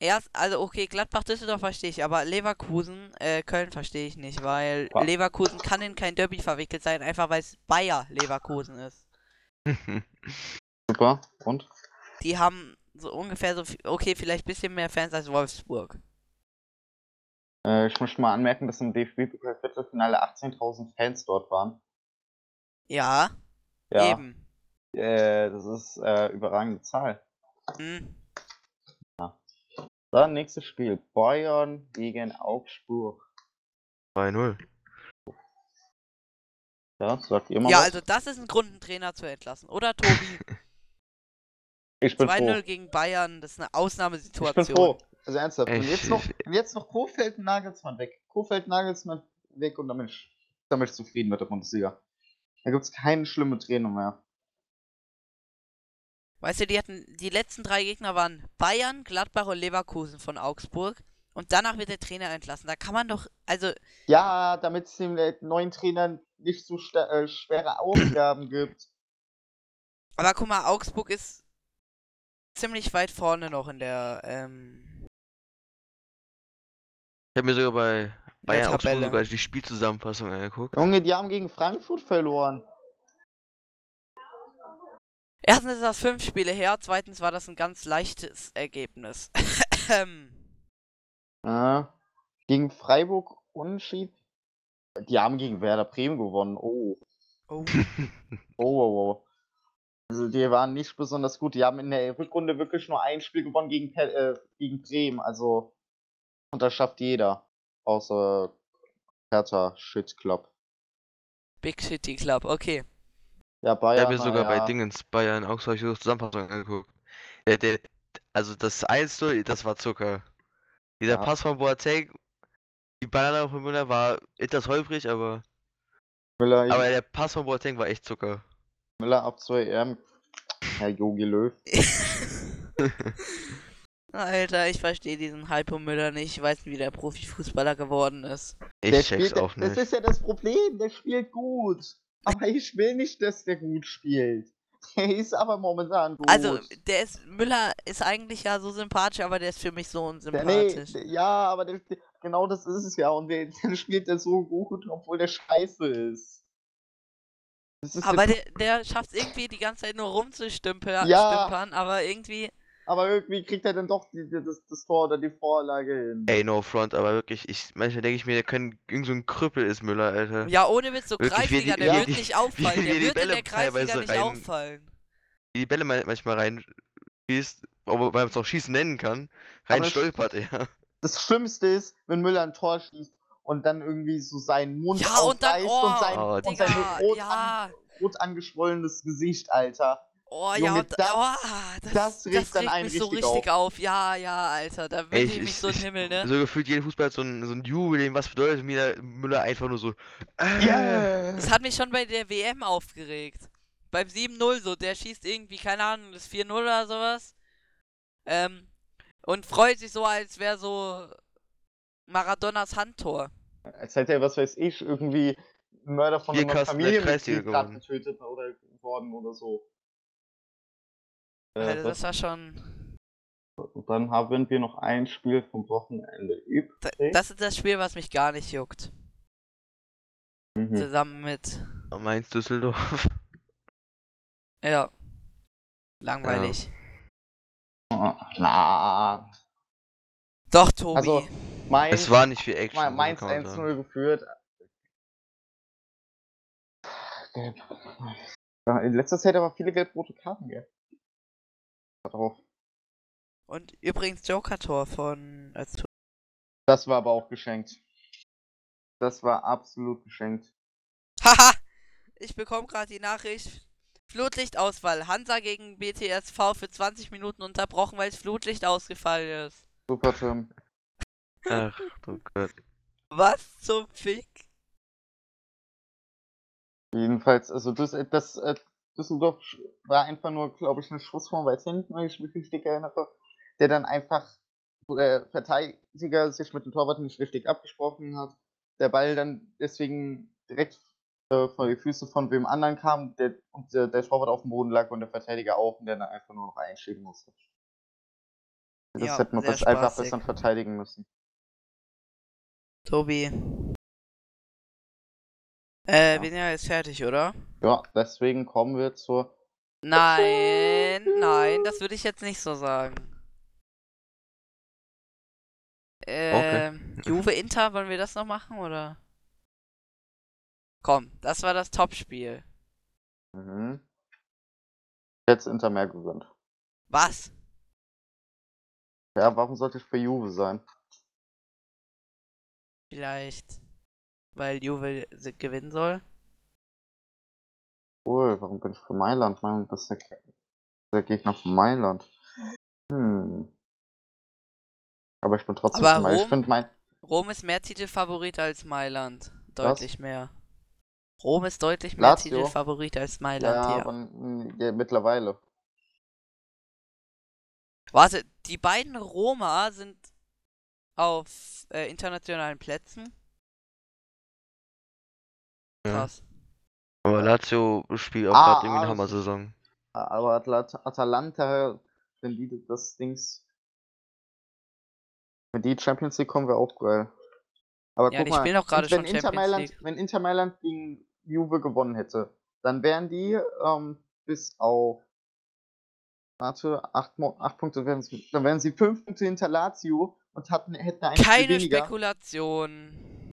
Erst, also okay, Gladbach Düsseldorf verstehe ich, aber Leverkusen, äh, Köln verstehe ich nicht, weil Ja. Leverkusen kann in kein Derby verwickelt sein, einfach weil es Bayer Leverkusen ist. super. Und? Die haben so ungefähr so viel, okay, vielleicht ein bisschen mehr Fans als Wolfsburg. Äh, ich möchte mal anmerken, dass im DFB-Pokal-Viertelfinale 18.000 Fans dort waren. Ja, Ja, eben. Äh, das ist äh, überragende Zahl. Hm. Dann nächstes Spiel. Bayern gegen Augsburg. 2-0. Ja, sagt ihr mal Ja, was? also das ist ein Grund, einen Trainer zu entlassen, oder Tobi? ich bin froh. 2-0 gegen Bayern, das ist eine Ich bin Ausnahmesituation. froh. Also ernsthaft, wenn Ich- jetzt noch, ich- wenn jetzt noch Kofeld und Nagelsmann weg. Kofeld Nagelsmann weg und damit, damit zufrieden mit der Bundesliga. Da gibt's keine schlimme Trainer mehr. Weißt du, die hatten die letzten drei Gegner waren Bayern, Gladbach und Leverkusen von Augsburg und danach wird der Trainer entlassen. Da kann man doch also Ja, damit es den äh, neuen Trainern nicht so sta- äh, schwere Aufgaben gibt. aber guck mal, Augsburg ist ziemlich weit vorne noch in der ähm Ich habe mir sogar bei Bayern Augsburg Tabelle. sogar die Spielzusammenfassung angeguckt. Junge, die haben gegen Frankfurt verloren. Erstens ist das fünf Spiele her, zweitens war das ein ganz leichtes Ergebnis. <laughs> Ähm, Ja. Äh, Gegen Freiburg Unentschieden. Die haben gegen Werder Bremen gewonnen. Oh. oh. Oh, oh, oh. Also die waren nicht besonders gut. Die haben in der Rückrunde wirklich nur ein Spiel gewonnen gegen, Pe- äh, gegen Bremen. Also, und das schafft jeder. Außer Hertha Shit Club. Big City Club, okay. Ja, Ich Bayern. habe mir sogar ja. bei Dingens Bayern Augsburg die Zusammenfassung angeguckt. Der, der, also das 1-0, das war Zucker. Dieser Ja. Pass von Boateng, die Banane von Müller war etwas holprig, aber, Müller, aber der Pass von Boateng war echt Zucker. Müller ab zur EM. Herr Jogi Löw. Alter, ich verstehe diesen Hypo Müller nicht. Ich weiß nicht, wie der Profifußballer geworden ist. Ich Der check's spielt, auch Das nicht. ist ja das Problem. Der spielt gut. Aber ich will nicht, dass der gut spielt. <laughs> Der ist aber momentan gut. Also, der ist. Müller ist eigentlich ja so sympathisch, aber der ist für mich so Der- nee, unsympathisch. der- ja, aber der, der- genau das ist es ja. Und der, <laughs> dann spielt er so gut, obwohl der scheiße ist. Das ist aber der, der, der schafft es irgendwie die ganze Zeit nur rumzustimpern, Ja. stimpern, aber irgendwie. aber irgendwie kriegt er dann doch die, die, das, das Tor oder die Vorlage hin. Ey, no front, aber wirklich, ich manchmal denke ich mir, der können irgend so ein Krüppel ist Müller, Alter. Ja, ohne Witz, so Wirklich, wie die- Kreisliga, der ja, wird die- nicht auffallen. wie der die wird in Bälle der Kreisliga teilweise nicht rein- auffallen. Die, die Bälle man- manchmal rein schießt, obwohl man es auch schießen nennen kann, Aber rein das- stolpert er. Das Schlimmste ist, wenn Müller ein Tor schießt und dann irgendwie so seinen Mund Ja, und dann. aufreißt Oh, und sein, Oh, und Digga, sein rot, an, ja. rot angeschwollenes Gesicht, Alter. Oh, ja, Junge, und, das- oh, das, das regt dann einen mich so richtig richtig auf. Ja, ja, Alter, da Ey, will ich mich so in den Himmel, ne? So gefühlt jeder Fußball hat so ein, so ein Jubel, dem was bedeutet mir Müller einfach nur so. Äh, Das hat mich schon bei der WM aufgeregt. Beim 7-0 so, der schießt irgendwie, keine Ahnung, das 4-0 oder sowas. Ähm, und freut sich so, als wäre so Maradonas Handtor. Als hätte er, was weiß ich, irgendwie einen Mörder von Hier, einem Carsten, der Familienmitglied Kreisliga gerade gewonnen. getötet oder worden oder so. Äh, Also das- das war schon. Und dann haben wir noch ein Spiel vom Wochenende übrig. da- Das ist das Spiel, was mich gar nicht juckt. Mhm. Zusammen mit. Mainz Düsseldorf. Ja. Langweilig. Ah, Na, Doch, Tobi. also Mainz, Es war nicht viel Action. Ma- Mainz kann man sagen. 1-0 geführt. Gelb. Ja, In letzter Zeit aber viele gelb-rote Karten, gell? Darauf. Und übrigens Joker-Tor von. Als Das war aber auch geschenkt. Das war absolut geschenkt. Haha! Ich bekomme gerade die Nachricht. Flutlichtausfall. Hansa gegen BTSV für 20 Minuten unterbrochen, weil das Flutlicht ausgefallen ist. Super Tim. Ach du Gott. Was zum Fick? Jedenfalls, also das, das äh, Düsseldorf sch- war einfach nur, glaube ich, eine Schussform weit hinten, wenn ich mich richtig erinnere, der dann einfach wo der Verteidiger sich mit dem Torwart nicht richtig abgesprochen hat. Der Ball dann deswegen direkt äh, vor die Füße von wem anderen kam der, und der, der Torwart auf dem Boden lag und der Verteidiger auch und der dann einfach nur noch einschieben musste. Das Ja, hätte man sehr das einfach spaßig. besser verteidigen müssen. Tobi. Äh, Ja. wir sind ja jetzt fertig, oder? Ja, deswegen kommen wir zur Nein, nein, das würde ich jetzt nicht so sagen. Äh, Juve Inter, wollen wir das noch machen, oder? Komm, das war das Topspiel. Mhm. Jetzt Inter mehr gewinnt. Was? Ja, warum sollte ich für Juve sein? Vielleicht, weil Juve se- gewinnen soll? Cool, warum bin ich für Mailand? Mein, das ist der, Ke- der Gegner von Mailand. Hm. Aber ich bin trotzdem Aber für Mailand. Ich Rom- finde mein. Rom ist mehr Titelfavorit als Mailand. Deutlich mehr. Rom ist deutlich mehr Lazio? Titelfavorit als Ja, Mailand, ja. aber mm, ja, mittlerweile. Warte, die beiden Roma sind auf äh, internationalen Plätzen. Ja. Krass. Aber Lazio spielt auch Ah, gerade irgendwie ah, eine Hammer-Saison. Aber Atlat Atalanta, wenn die das Dings. Wenn die Champions League kommen, wäre auch geil. Aber Ja, guck die mal, spielen auch gerade wenn schon Inter Champions Mailand, League. Wenn Inter Mailand gegen Juve gewonnen hätte, dann wären die ähm, bis auf. Warte, acht, Mo- acht Punkte wären sie. Dann wären sie fünf Punkte hinter Lazio und hatten, hätten ein Spiel Keine weniger. Spekulation.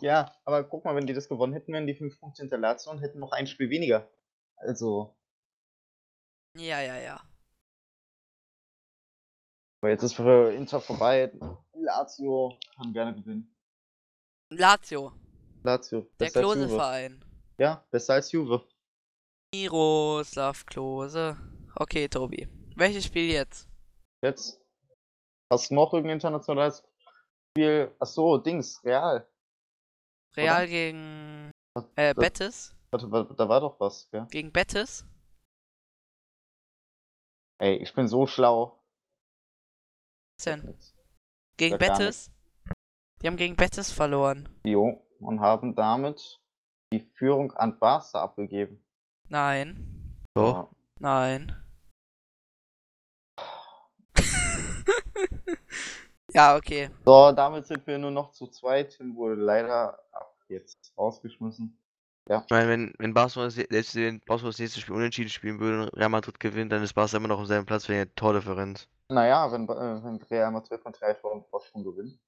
Ja, aber guck mal, wenn die das gewonnen hätten, wären die fünf Punkte hinter Lazio und hätten noch ein Spiel weniger. Also. Ja, ja, ja. Aber jetzt ist für Inter vorbei. Lazio kann gerne gewinnen. Lazio, Lazio. der Besser als Juve. Klose-Verein. Ja, besser als Juve. Miroslav Klose. Okay, Tobi. Welches Spiel jetzt? Jetzt. Hast du noch irgendein internationales Spiel? Achso, Dings, Real. Real gegen Was- äh, was- Betis? Warte, wa- da war doch was, gell? Gegen Betis? Ey, ich bin so schlau. Was denn? Gegen Sag gar Betis? Die haben gegen Betis verloren. Jo, und haben damit die Führung an Barca abgegeben. Nein. Doch. Ja. Nein. <laughs> ja, okay. So, damit sind wir nur noch zu zweit. Tim wurde leider ab jetzt rausgeschmissen. Ich meine, wenn, wenn, Barcelona das letzte, wenn Barcelona das nächste Spiel unentschieden spielen würde und Real Madrid gewinnt, dann ist Barcelona immer noch auf seinem Platz wegen der Tordifferenz. Naja, wenn, äh, wenn Real Madrid mit drei Toren Vorsprung gewinnt.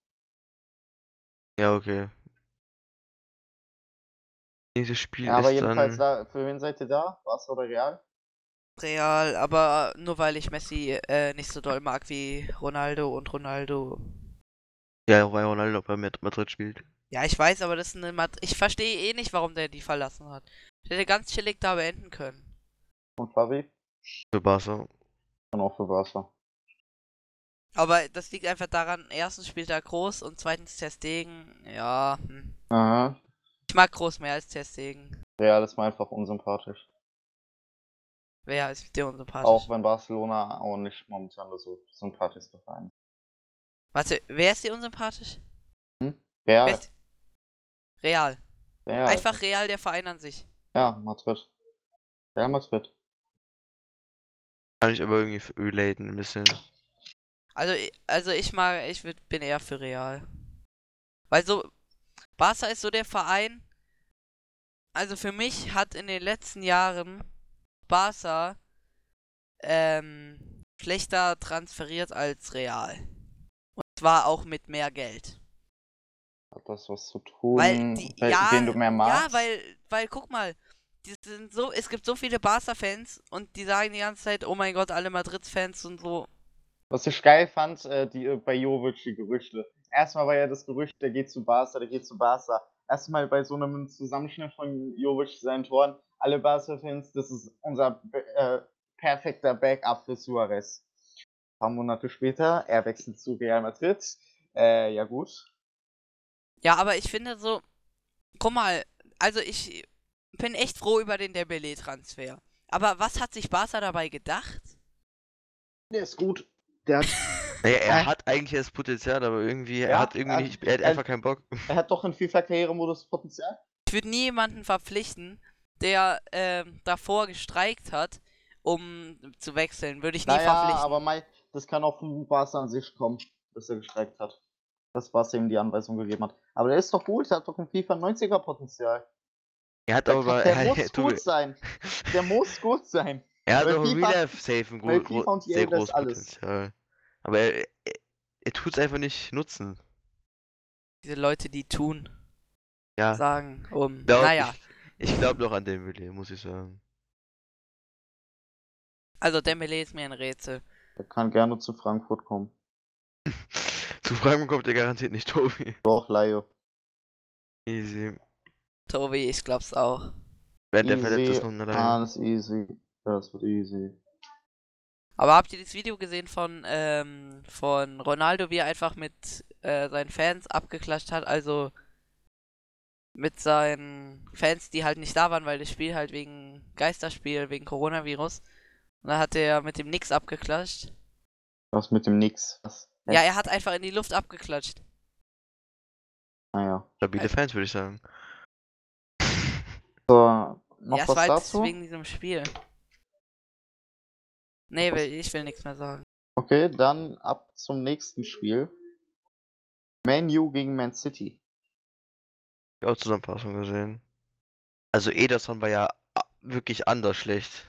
Ja, okay. Nächstes Spiel Ja, aber ist jedenfalls, dann... da, für wen seid ihr da? Barca oder Real? Real, aber nur weil ich Messi äh, nicht so doll mag wie Ronaldo und Ronaldo. Ja, weil Ronaldo bei Mad- Madrid spielt. Ja, ich weiß, aber das ist eine Mat Ich verstehe eh nicht, warum der die verlassen hat. Der hätte ganz chillig da beenden können. Und Fabi? Für Barca. Und auch für Barca. Aber das liegt einfach daran, erstens spielt er groß und zweitens Testegen. Ja, hm. Aha. ich mag groß mehr als Testegen. Real ist mir einfach unsympathisch. Wer ist dir unsympathisch? Auch wenn Barcelona auch nicht momentan so sympathisch ist. Warte, wer ist dir unsympathisch? Wer? Wer ist- Real. Wer? Einfach Real, der Verein an sich. Ja, Madrid. Ja, Madrid. Kann ich aber irgendwie f- relaten ein bisschen. Also, i- also ich mag, ich würd, bin eher für Real. Weil so, Barca ist so der Verein. Also für mich hat in den letzten Jahren Barca ähm, schlechter transferiert als Real. Und zwar auch mit mehr Geld. Hat das was zu tun, Weil die- wel- ja, den du mehr magst? Ja, weil, weil guck mal, die sind so, es gibt so viele Barca-Fans und die sagen die ganze Zeit, oh mein Gott, alle Madrid-Fans und so. Was ich geil fand, äh, die, äh, bei Jovic die Gerüchte. Erstmal war ja das Gerücht, der geht zu Barca, der geht zu Barca. Erstmal bei so einem Zusammenschnitt von Jovic seinen Toren, alle Barca-Fans, das ist unser äh, perfekter Backup für Suarez. Ein paar Monate später, er wechselt zu Real Madrid. Äh, ja gut. Ja, aber ich finde so, guck mal, also ich bin echt froh über den Dembele-Transfer. Aber was hat sich Barca dabei gedacht? Der ist gut. Der hat Naja, Äh. er hat eigentlich das Potenzial, aber irgendwie, er Ja, hat irgendwie er- nicht, er hat er- einfach keinen Bock. Er hat doch in FIFA-Karrieremodus Potenzial. Ich würde nie jemanden verpflichten, der ähm, davor gestreikt hat, um zu wechseln. Würde ich nie Naja, verpflichten. aber Mai, das kann auch von Barca an sich kommen, dass er gestreikt hat. Dass Barca ihm die Anweisung gegeben hat. Aber der ist doch gut, der hat doch ein FIFA 90er Potenzial. Er hat Der, aber, <laughs> kann, der er, muss gut sein. Der muss gut sein. <laughs> er hat Weil auch im FIFA Real Life safe ein gro weil gro FIFA und EA sehr das großes alles. Potenzial. Aber er, er, er tut es einfach nicht nutzen. Diese Leute, die tun, Ja, sagen, um. glaub, naja, ich, ich glaube noch an den Willi, muss ich sagen. <laughs> also Dembele ist mir ein Rätsel. Er kann gerne zu Frankfurt kommen. Zu Fragen kommt er garantiert nicht, <laughs> Tobi. Doch, Laie. Easy. Tobi, ich glaub's auch. Wenn der verletzt ist, noch eine Leihe. Alles Ah, easy. Das wird easy. Aber habt ihr das Video gesehen von, ähm, von Ronaldo, wie er einfach mit äh, seinen Fans abgeklatscht hat? Also mit seinen Fans, die halt nicht da waren, weil das Spiel halt wegen Geisterspiel, wegen Coronavirus. Und dann hat er mit dem Nix abgeklatscht. Was mit dem Nix? Ja. er hat einfach in die Luft abgeklatscht. Naja. Stabile Fans, würde ich sagen. So, noch ja, es was war halt dazu? wegen diesem Spiel. Nee, will, ich will nichts mehr sagen. Okay, dann ab zum nächsten Spiel. Man U gegen Man City. Ich hab auch Zusammenfassung gesehen. Also Ederson war ja a- wirklich anders schlecht.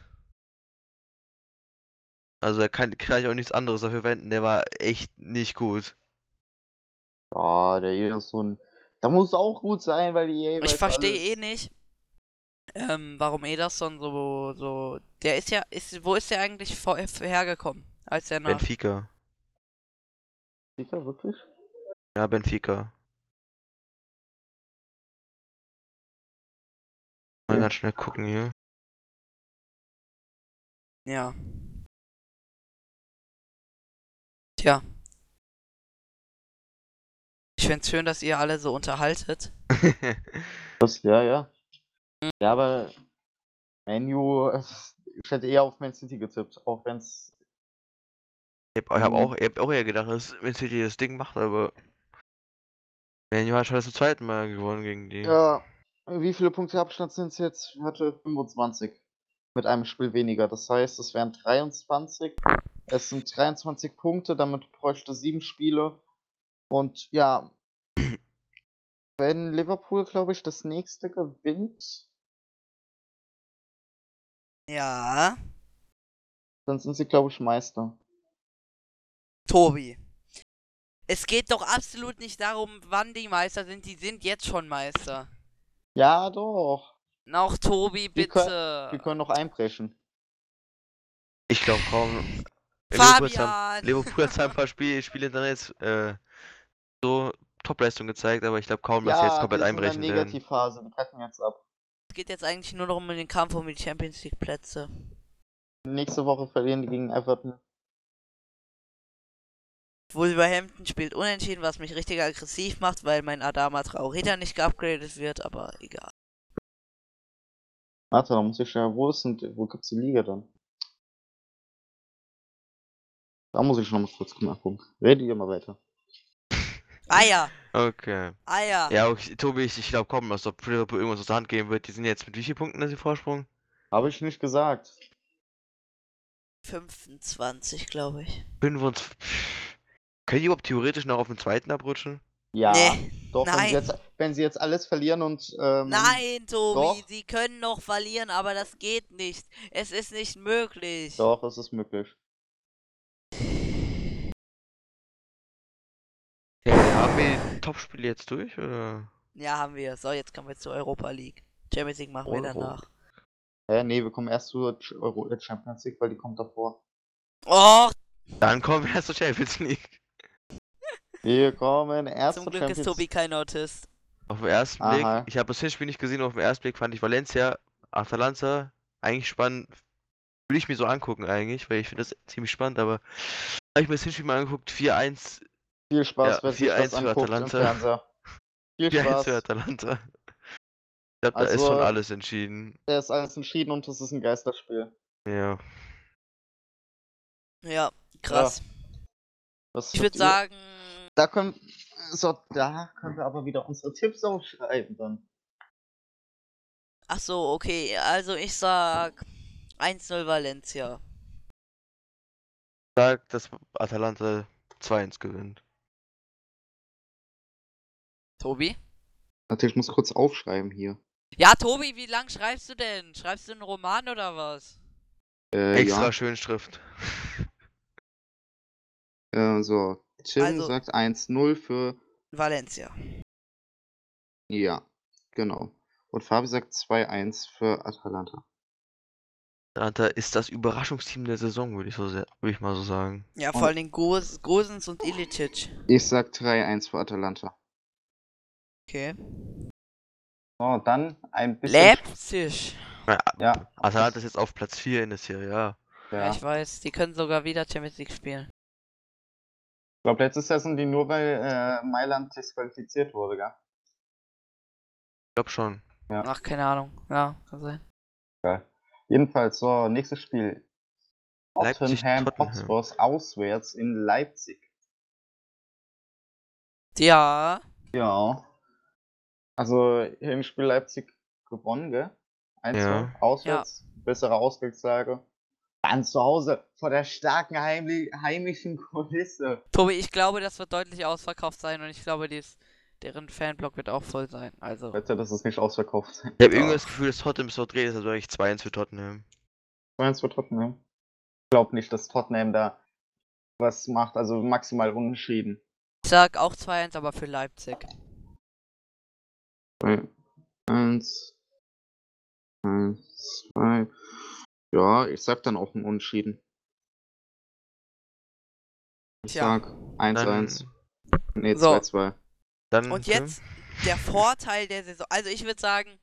Also er kann, kann ich auch nichts anderes dafür wenden, der war echt nicht gut. Ja, der hier ist so ein. Da muss auch gut sein, weil die EA Ich weiß alles. verstehe eh nicht, ähm, warum Ederson so, so. Der ist ja, ist, wo ist der eigentlich vor, hergekommen, als er nach? Benfica. Sicher, wirklich? Ja, Benfica. Mal Ja. ganz schnell gucken hier. <laughs> Ja. Tja. Ich find's schön, dass ihr alle so unterhaltet. Das, ja, ja. Ja, aber Menu, ich hätte eher auf Man City getippt, auch wenn's. Ich hab, ich hab Mhm. auch, ich hab auch eher gedacht, dass Man City das Ding macht, aber Manu hat schon das zum zweiten Mal gewonnen gegen die. Ja. Wie viele Punkte Abstand sind's jetzt? Warte, 25. Mit einem Spiel weniger. Das heißt, es wären 23. Es sind 23 Punkte, damit bräuchte sieben Spiele. Und ja. Wenn Liverpool, glaube ich, das nächste gewinnt, Ja. dann sind sie, glaube ich, Meister. Tobi. Es geht doch absolut nicht darum, wann die Meister sind. Die sind jetzt schon Meister. Ja, doch. Noch Tobi, Wir können- bitte. Ah. Wir können noch einbrechen. Ich glaube kaum. Liverpool hat's am- Fabian. Liverpool hat zwar ein paar Spiele, Spiele dann jetzt äh, so Topleistung gezeigt, aber ich glaube kaum, dass sie jetzt Ja, komplett wir sind in der einbrechen werden. Negativphase, die kacken jetzt ab. Es geht jetzt eigentlich nur noch um den Kampf um die Champions League Plätze. Nächste Woche verlieren die gegen Everton. Wolverhampton spielt unentschieden, was mich richtig aggressiv macht, weil mein Adama Traorita nicht geupgradet wird, aber egal. Warte, da muss ich ja, wo ist denn, wo gibt's die Liga dann? Da muss ich noch mal kurz nachgucken. Redet ihr mal weiter. Eier! Okay. Eier! Ja, okay, Tobi, ich, ich glaube kaum, dass ob Liverpool irgendwas aus der Hand geben wird. Die sind jetzt mit wie vielen Punkten sind sie Vorsprung? Habe ich nicht gesagt. 25, glaube ich. 25. Können die überhaupt theoretisch noch auf den zweiten abrutschen? Ja. Nee. Doch, wenn Nein. sie, jetzt, wenn sie jetzt alles verlieren und. Ähm, Nein, Tobi, doch. sie können noch verlieren, aber das geht nicht. Es ist nicht möglich. Doch, es ist möglich. Ja, haben wir die Topspiele jetzt durch, oder? Ja, haben wir. So, jetzt kommen wir zur Europa League. Champions League machen wir Euro. danach. Hä, nee, wir kommen erst zur Ch- Euro äh, Champions League, weil die kommt davor. Och, Dann kommen wir erst zur Champions League. Wir kommen erst zum zur Glück ist Champions Tobi kein Autist. Auf den ersten Blick, Aha. ich habe das Hinspiel nicht gesehen, auf den ersten Blick fand ich Valencia, Atalanza eigentlich spannend. Würde ich mir so angucken eigentlich, weil ich finde das ziemlich spannend, aber habe ich mir das Hinspiel mal angeguckt, 4-1, Viel Spaß, Ja, wenn sich 4-1 das für anguckt im Atalanta. Fernseher. <laughs> Viel 4-1 für Spaß. Atalanta. Ich glaube, da ist Also, schon äh, alles entschieden. Da ist alles entschieden und es ist ein Geisterspiel. Ja. Ja, krass. Was Ich habt würde ihr- sagen, Da können, so, da können wir aber wieder unsere Tipps aufschreiben dann. ach so, okay, also ich sag 1-0 Valencia. Sag, dass Atalanta 2-1 gewinnt. Tobi? Natürlich muss kurz aufschreiben hier. Ja, Tobi, wie lang schreibst du denn? Schreibst du einen Roman oder was? Äh, Extra schön Schrift. Ja. Äh, so, Tim Also- sagt 1-0 für, Valencia. ja, genau. Und Fabi sagt 2-1 für Atalanta. Atalanta ist das Überraschungsteam der Saison, würde ich, so sehr- würd ich mal so sagen. Ja, Und- vor allen Dingen Gos Gosens und Ilicic. Ich sag 3-1 für Atalanta. Okay. So, dann ein bisschen. Leipzig. Ja, Atalanta ist jetzt auf Platz 4 in der Serie, ja. Ja. ja. Ich weiß, die können sogar wieder Champions League spielen. Ich glaube, letztes Jahr sind die nur, weil äh, Mailand disqualifiziert wurde, gell? Ich glaube schon. Ja. Ach, keine Ahnung. Ja, kann sein. Jedenfalls, so, nächstes Spiel. Leipzig, Tottenham Tottenham. Hotspurs auswärts in Leipzig. Ja. Ja. Also, Hinspiel Leipzig gewonnen, gell? 1 Ja. auswärts, bessere Ausgangslage. Dann zu Hause vor der starken heimli- heimischen Kulisse. Tobi, ich glaube, das wird deutlich ausverkauft sein und ich glaube, dies, deren Fanblock wird auch voll sein. Also, Wetter, das ist nicht ausverkauft. Ich habe irgendwie das Gefühl, dass Tottenham es dort dreht, ist also eigentlich 2-1 für Tottenham. 1 für Tottenham. Ich glaube nicht, dass Tottenham da was macht, also maximal unentschieden. ich sag auch 2-1, aber für Leipzig. Zwei, eins, eins, zwei. Ja, ich sag dann auch ein Unentschieden. Ich Tja. sag 1, Dann- 1. Nee, 2, So. 2. Dann Und Tim? jetzt der Vorteil der Saison. Also, ich würde sagen,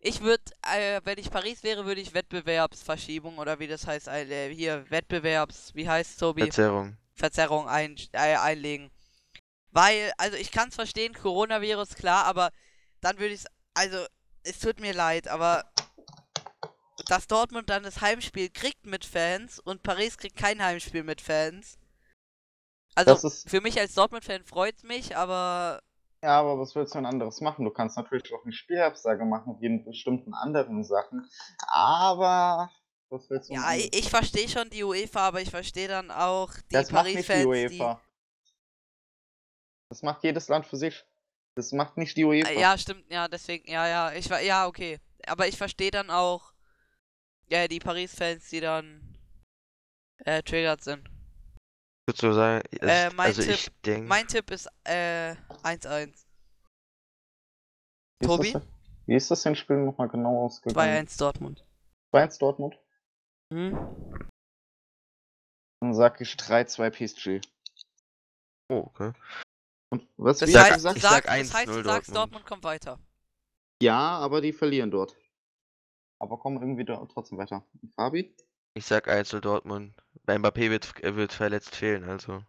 ich würde, äh, wenn ich Paris wäre, würde ich Wettbewerbsverschiebung oder wie das heißt, äh, hier Wettbewerbs, wie heißt Tobi? Verzerrung. Verzerrung ein, äh, einlegen. Weil, also ich kann es verstehen, Coronavirus, klar, aber dann würde ich es, also es tut mir leid, aber dass Dortmund dann das Heimspiel kriegt mit Fans und Paris kriegt kein Heimspiel mit Fans. Das Also ist. für mich als Dortmund-Fan freut's mich, aber Ja, aber was willst du denn anderes machen? Du kannst natürlich auch eine Spielabsage machen, wie in bestimmten anderen Sachen. Aber. Was willst du denn ja, anderes? ich, ich verstehe schon die UEFA, aber ich verstehe dann auch die Das macht nicht die Paris-Fans, UEFA. Das macht jedes Land für sich. Das macht nicht die UEFA. Äh, Ja, stimmt, ja, deswegen, ja, ja, ich war, ja, okay. Aber ich verstehe dann auch, ja, die Paris-Fans, die dann, äh, triggert sind. Ich würde so sagen, es- Äh, mein also Tipp- ich denke, Mhm. Mein Tipp ist, äh, 1-1. Wie ist Tobi? das denn- Wie ist das denn Spiel nochmal genau Mhm. ausgegangen? 2-1 Dortmund. 2-1 Dortmund. Mhm. Hm? Dann sag ich 3-2 PSG. oh, okay. Und was Das wie hast du heißt, gesagt? du Ich sag sagst, das 1-0 heißt, du sagst, Dortmund. Dortmund kommt weiter. Ja, aber die verlieren dort. Aber kommen irgendwie da trotzdem weiter. Und Fabi? Ich sag 1 zu Dortmund. Bei Mbappé wird, äh, wird verletzt fehlen, also.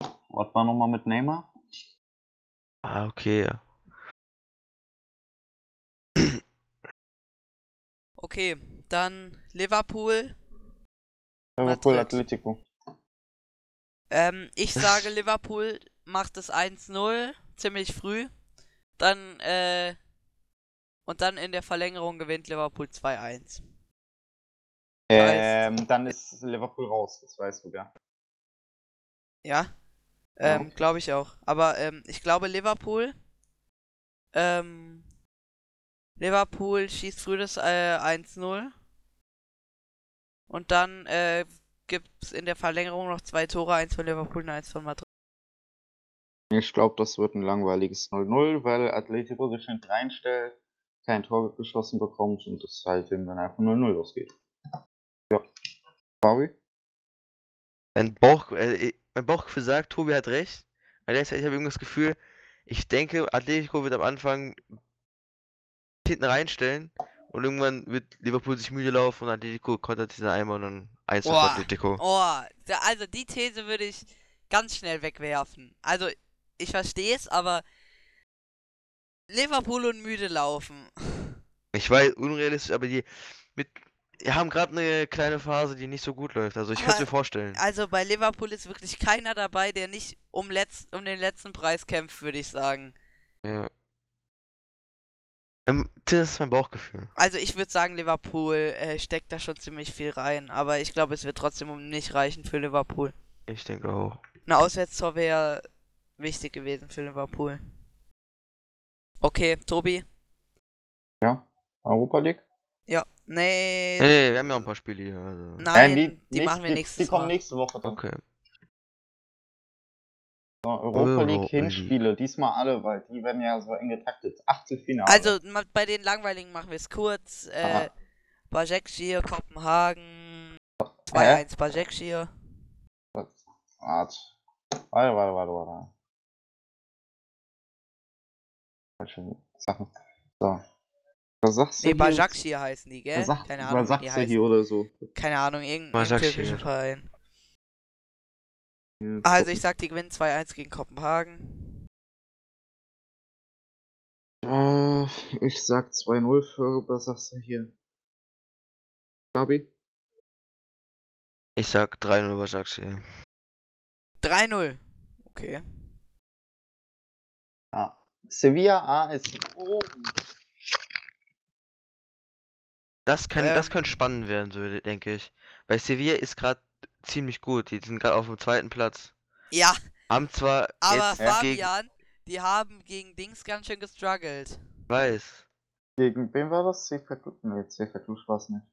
Was war nochmal mit Neymar? Ah, okay, ja. Okay, dann Liverpool. Liverpool Madrid. Atletico. Ähm, ich sage, Liverpool macht es 1-0 ziemlich früh. Dann, äh, und dann in der Verlängerung gewinnt Liverpool 2-1. Ähm, dann ist Liverpool raus, das weißt du ja. Ja. Ähm, glaube ich auch. Aber ähm, ich glaube Liverpool. Ähm, Liverpool schießt früh das äh, 1-0. Und dann äh, gibt es in der Verlängerung noch zwei Tore, eins von Liverpool und eins von Madrid. Ich glaube, das wird ein langweiliges 0-0, weil Atletico sich nicht reinstellt, kein Tor geschossen bekommt und das halt eben dann einfach 0-0 ausgeht. Ja. Fabi? Mein Bauch, äh, ich- mein Bauchgefühl sagt, Tobi hat recht. Aber gleichzeitig habe ich irgendwie das Gefühl, ich denke, Atletico wird am Anfang hinten reinstellen und irgendwann wird Liverpool sich müde laufen und Atletico kontert diesen einmal und dann 1 für Boah. Atletico. Oh, da, also die These würde ich ganz schnell wegwerfen. Also, ich verstehe es, aber Liverpool und müde laufen. Ich weiß, unrealistisch, aber die mit, die haben gerade eine kleine Phase, die nicht so gut läuft. Also ich könnte es Aber- mir vorstellen. Also bei Liverpool ist wirklich keiner dabei, der nicht um, letzt, um den letzten Preis kämpft, würde ich sagen. Ja. Ähm, Das ist mein Bauchgefühl. Also ich würde sagen, Liverpool äh, steckt da schon ziemlich viel rein, aber ich glaube, es wird trotzdem nicht reichen für Liverpool. Ich denke auch. Ein Auswärtstor wäre wichtig gewesen für Liverpool. Okay, Tobi. Ja. Europa League? Ja, nee. Nee, nee, wir haben ja auch ein paar Spiele hier. Also. Nein, Äh, die, machen wir die, nächstes Die kommen Mal. nächste Woche dann. Okay. So, Europa Euro- League Hinspiele, diesmal alle, weil die werden ja so eng getaktet. Achtelfinale. Also ma- bei den langweiligen machen wir es kurz. Äh, genau. Aha. Bajekschir, Kopenhagen. Hä? 2-1 Bajekschir. Warte. Warte, warte, warte, warte. Falsche Sachen. So. Was sagst du? Nee, hier? Bajakshir heißen die, gell? Was sagt, Keine was Ahnung, wie die sagt er heißen. hier oder so? Keine Ahnung, irgendein Başakşehir. türkischer Verein. Also ich sag, die gewinnen 2-1 gegen Kopenhagen. Äh, ich sag 2-0 für, was sagst du hier? Gabi? Ich sag 3-0 was sagst du? 3-0. Okay. Ah. Sevilla AS. Oh. Das kann, das Ähm. könnte spannend werden, so de- denke ich. Weil Sevilla ist gerade ziemlich gut. Die sind gerade auf dem zweiten Platz. Ja, Haben zwar aber äh, jetzt gegen Fabian, die haben gegen Dings ganz schön gestruggelt. weiß. Gegen wen war das? CFK Club? Nee, CFK Club war es nicht.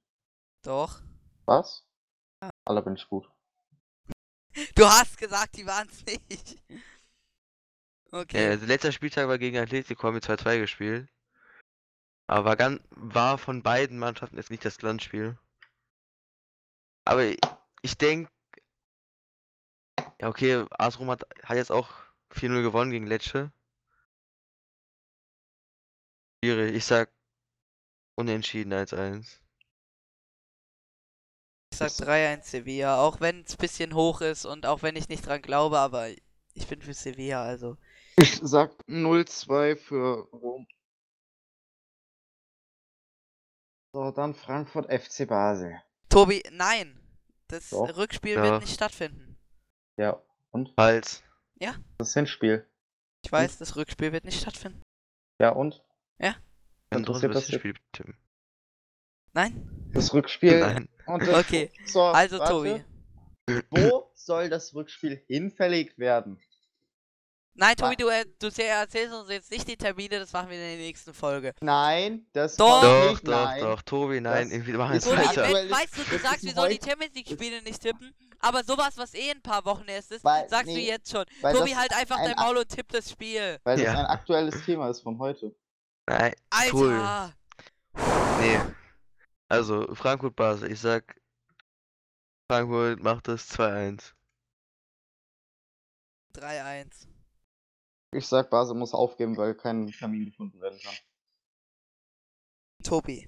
Doch. Was? Ah. Alle bin ich gut. Du hast gesagt, die waren's nicht. Äh, Okay. also letzter Spieltag war gegen Atletico, haben wir 2-2 gespielt. Aber war, ganz, war von beiden Mannschaften jetzt nicht das Glanzspiel. Aber ich, ich denke, ja okay, AS Rom hat, hat jetzt auch 4-0 gewonnen gegen Lecce. Schwierig, ich sag unentschieden 1-1. Ich sag 3-1 Sevilla, auch wenn es bisschen hoch ist und auch wenn ich nicht dran glaube, aber ich bin für Sevilla, also. Ich sag 0-2 für Rom. So, dann Frankfurt FC Basel. Tobi, nein! Das Doch. Rückspiel Ja. wird nicht stattfinden. Ja, und? Halt. Das Hinspiel. Ich weiß, das Rückspiel wird nicht stattfinden. Ja, und? Dann Interessiert trotzdem das das Spiel tippen. Nein? Das Rückspiel. Nein. Und das Okay, So, also warte. Tobi. Wo soll das Rückspiel hinverlegt werden? Nein, Tobi, du, er- du se- erzählst uns jetzt nicht die Termine, das machen wir in der <laughs> nächsten Folge. Nein, das Doch. kommt Doch, nicht, doch, nein. doch, Tobi, nein, Das wir machen ist jetzt Tobi, ein weiter. wenn, aktuelles- weißt du, du das sagst, ist wir sollen die heute- Champions League-Spiele nicht tippen, aber sowas, was eh in ein paar Wochen erst ist, Weil- sagst du nee, jetzt schon. weil Tobi, das halt einfach ein dein Ab- Maul und tipp das Spiel. Weil das Ja. ein aktuelles Thema ist von heute. Nein, Tobi. Alter! Nee. Also, Frankfurt-Basel, ich sag, Frankfurt macht das 2-1. 3-1. Ich sag, Basel muss aufgeben, weil kein Termin gefunden werden kann. Tobi.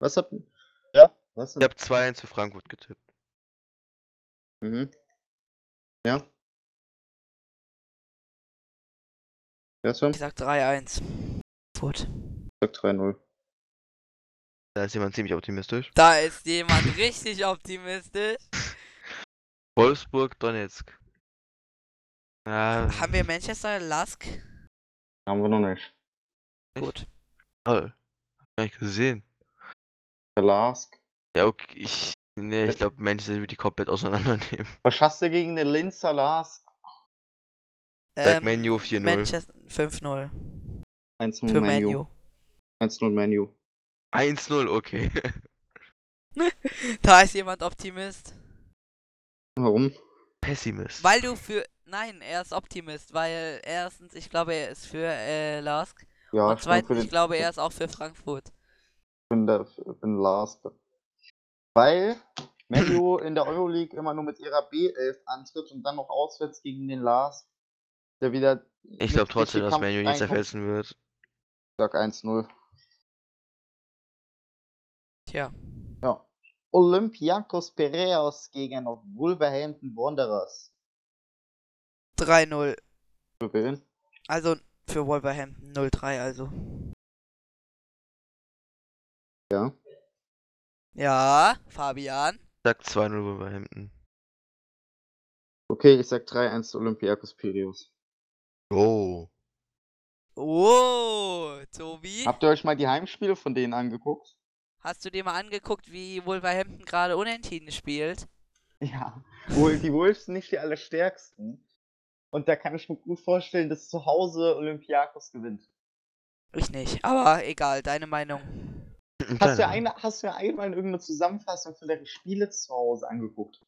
Was habt ihr? Ja, was Ich hab 2-1 für Frankfurt getippt. Mhm. Ja. Ja, Sam? Ich sag 3-1. Gut. Ich sag 3-0. Da ist jemand ziemlich optimistisch. <laughs> Da ist jemand richtig optimistisch. Wolfsburg, Donetsk. Ja, Haben wir Manchester Lask? Haben wir noch nicht. Gut. toll. Hab ich gesehen. Der Lask. Ja, okay, ich. Nee, ich glaube, Manchester wird die komplett auseinandernehmen. Was hast du gegen den Linzer Lask? Ähm, Sag Menu 4-0. Äh, Manchester 5-0. 1-0 Für Menu. Menu. 1-0 Menu. 1-0, okay. <laughs> Da ist jemand Optimist. Warum? Pessimist. Weil du für. Nein, er ist Optimist, weil erstens, ich glaube, er ist für äh, Lask. Ja, und zweitens, ich glaube, er ist auch für Frankfurt. bin, der, bin Last. Weil Menu in der Euroleague immer nur mit ihrer B11 antritt und dann noch auswärts gegen den Last, der wieder. ich glaube trotzdem, dass Manu ihn zerfetzen wird. Sag 1-0. Tja. Ja. Olympiakos Piraeus gegen Wolverhampton Wanderers. 3-0. Für wen? Also für Wolverhampton 0-3, also. Ja. Ja, Fabian. Sag 2-0 Wolverhampton. Okay, ich sag 3-1 zu Olympiakos Piraeus. <laughs> Oh. Oh, Tobi. Habt ihr euch mal die Heimspiele von denen angeguckt? Hast du dir mal angeguckt, wie Wolverhampton gerade unentschieden spielt? Ja. Wohl, die Wolves sind nicht die allerstärksten. Und da kann ich mir gut vorstellen, dass zu Hause Olympiakos gewinnt. Ich nicht, aber egal, deine Meinung. Hast du, eine, hast du einmal irgendeine Zusammenfassung von deren Spiele zu Hause angeguckt?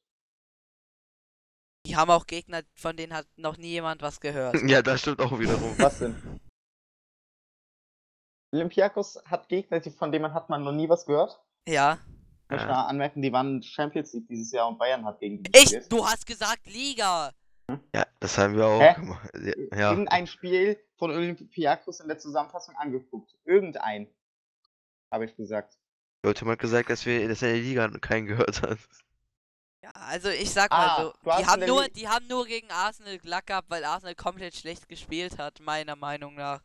Die haben auch Gegner, von denen hat noch nie jemand was gehört. Ja, das stimmt auch wiederum. Was denn? Olympiakos hat Gegner, die, von denen man hat man noch nie was gehört. Ja. Ich möchte Ja. mal anmerken, die waren Champions League dieses Jahr und Bayern hat gegen die Ich, gespielt. du hast gesagt Liga. Ja, das haben wir auch Hä? gemacht. Ja, ja. Irgendein Spiel von Olympiakos in der Zusammenfassung angeguckt. Irgendein. Habe ich gesagt. Leute haben gesagt, dass wir dass er in der Liga keinen gehört hat. Ja, also ich sag Ah, mal du hast so, die haben, in der nur, Li- die haben nur gegen Arsenal Glück gehabt, weil Arsenal komplett schlecht gespielt hat, meiner Meinung nach.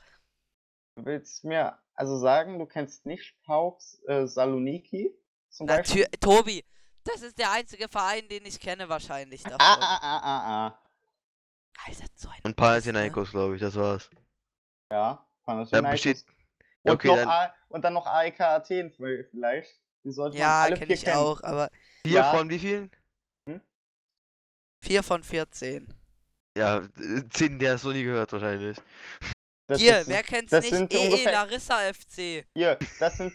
Du willst mir also sagen, du kennst nicht Pauks äh, Saloniki zum Beispiel? Natürlich, Tobi, das ist der einzige Verein, den ich kenne wahrscheinlich davon. Ah, ah, ah, ah, ah. Alter, so ein Und Mist, ne? Panathinaikos, glaube ich, das war's. Ja, Panathinaikos. Dann besteht. Und, Okay, noch dann- A und dann noch AEK Athen vielleicht. Die sollten Ja, alle kenn vier ich kennen. auch, aber Vier Ja. von wie vielen? 4 von 14. Ja, äh, zehn, der es noch nie gehört wahrscheinlich. Das Hier, ist- wer kennt's das nicht? sind EE ungefähr- Larissa FC. hier, das sind,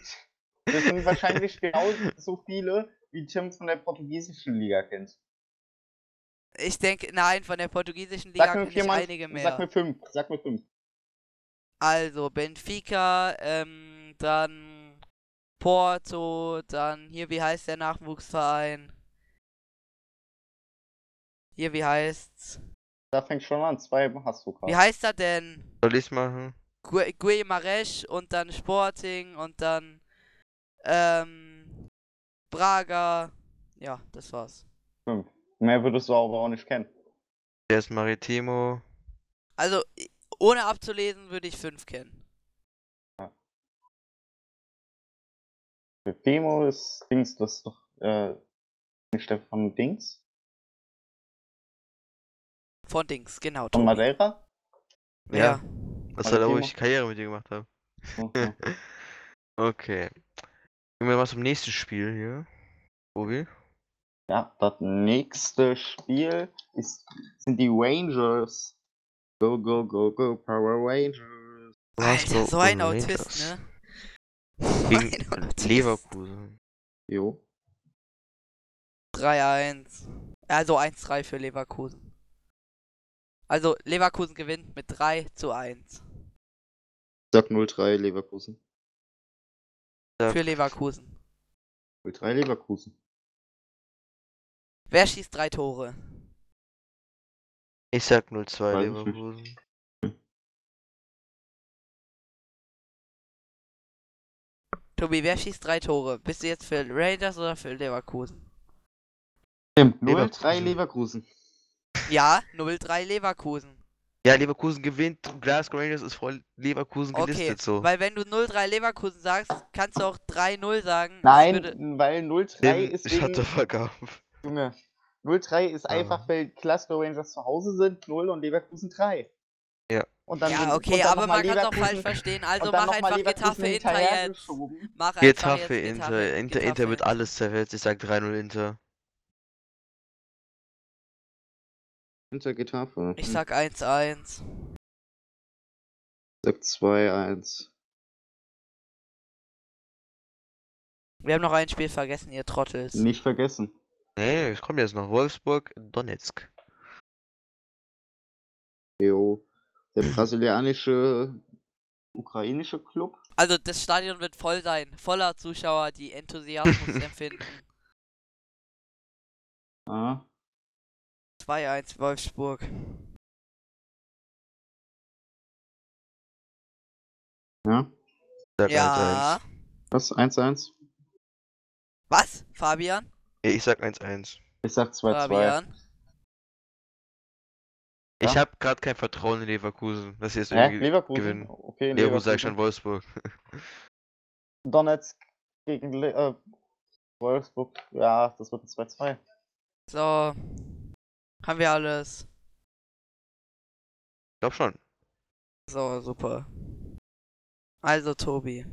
das sind wahrscheinlich genauso viele, wie Tim von der portugiesischen Liga kennt. Ich denke, nein, von der portugiesischen Liga Sag mir kenne ich jemand, einige mehr. sag mir fünf, sag mir fünf. Also Benfica, ähm, dann Porto, dann hier, wie heißt der Nachwuchsverein? Hier, wie heißt's? Da fängt schon an, zwei hast du Wie gerade. heißt er denn? Soll ich's machen? Gue- Guimarães und dann Sporting und dann ähm, Braga. Ja, das war's. Mehr würdest du aber auch nicht kennen. Der ist Maritimo. Also i- ohne abzulesen würde ich fünf kennen. Femo ist Dings, das ist doch äh, nicht der von Dings? Von Dings, genau. Von Tobi. Madeira? Ja. Was soll er Maritimo. ruhig Karriere mit dir gemacht haben? Okay. Okay. Gehen wir mal zum nächsten Spiel hier. Tobi? Ja, das nächste Spiel ist, sind die Rangers. Go, go, go, go, Power Rangers. Alter, Glasgow so ein Rangers Autist, ne? <laughs> So Gegen ein Autist. Leverkusen. Jo. 3-1. Also 1-3 für Leverkusen. Also Leverkusen gewinnt mit 3 zu 1 Sag 0-3 Leverkusen. Ja. für Leverkusen. 0-3 Leverkusen. Wer schießt drei Tore? Ich sag 0-2 Weiß ich nicht. Leverkusen. Tobi, wer schießt drei Tore? Bist du jetzt für Raiders oder für Leverkusen? Stimmt, 0-3 Leverkusen. Leverkusen. Ja, 0-3 Leverkusen. Ja, Leverkusen gewinnt. Glasgow Rangers ist vor Leverkusen Okay, gelistet so. weil wenn du 0-3 Leverkusen sagst, kannst du auch 3-0 sagen. Ich Nein, würde- weil 0-3 Dem ist <laughs> Shut the wegen, Ah. fuck up. Junge, 0-3 ist einfach, weil Glasgow Rangers zu Hause sind, 0 und Leverkusen 3. Ja. Und dann Ja, und okay, dann aber nochmal man kann es auch falsch Leverkusen- verstehen. und Also dann mach noch mal einfach Leverkusen Getafe Inter jetzt. hinterhergeschoben. Mach einfach Getafe, jetzt Inter. Inter, Inter wird Getafe. alles zerfetzt. Ich sag 3-0 Inter. Inter Getafe. Ich sag 1-1. sag 2-1. Wir haben noch ein Spiel vergessen, ihr Trottels. Nicht vergessen. Nee, es kommt jetzt noch Wolfsburg, Donetsk. Jo. Der brasilianische Ukrainische Club. Also das Stadion wird voll sein, voller Zuschauer, <laughs> die Enthusiasmus empfinden. Ah. 2-1 Wolfsburg. Ja, Sag Ja. 1-1. was? 1-1? Was? Fabian? Ja, Ich sag 1-1. Ich sag 2-2. Fabian? Ich Ja. hab grad kein Vertrauen in Leverkusen, dass sie jetzt Hä? irgendwie Leverkusen? gewinnen. Okay, Leverkusen sag ich schon Wolfsburg. Donetsk gegen Le äh, Wolfsburg. Ja, das wird ein 2-2. So. Haben wir alles. Glaub schon. So, super. Also Tobi.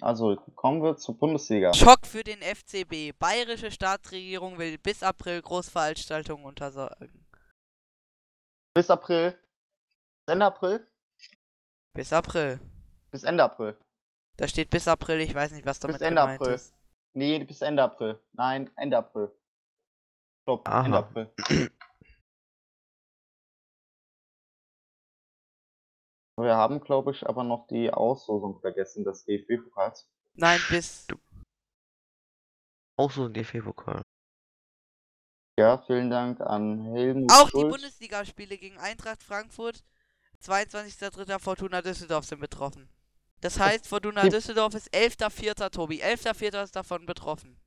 Also, kommen wir zur Bundesliga. Schock für den FCB. Bayerische Staatsregierung will bis April Großveranstaltungen untersagen. Bis April. Bis Ende April? Bis April. Bis Ende April. Da steht bis April, ich weiß nicht, was damit Bis Ende gemeint April. ist. Nee, bis Ende April. Nein, Ende April. Stopp, Aha. Ende April. Wir haben, glaube ich, aber noch die Auslosung vergessen des DFB-Pokals. Nein, bis. Auch so ein DFB-Pokal. Ja, vielen Dank an Helmut Auch die Schulz. Bundesligaspiele gegen Eintracht Frankfurt, 22.3. Fortuna Düsseldorf sind betroffen. Das heißt, Fortuna Hm. Düsseldorf ist 11.4. Tobi. 11.4. ist davon betroffen.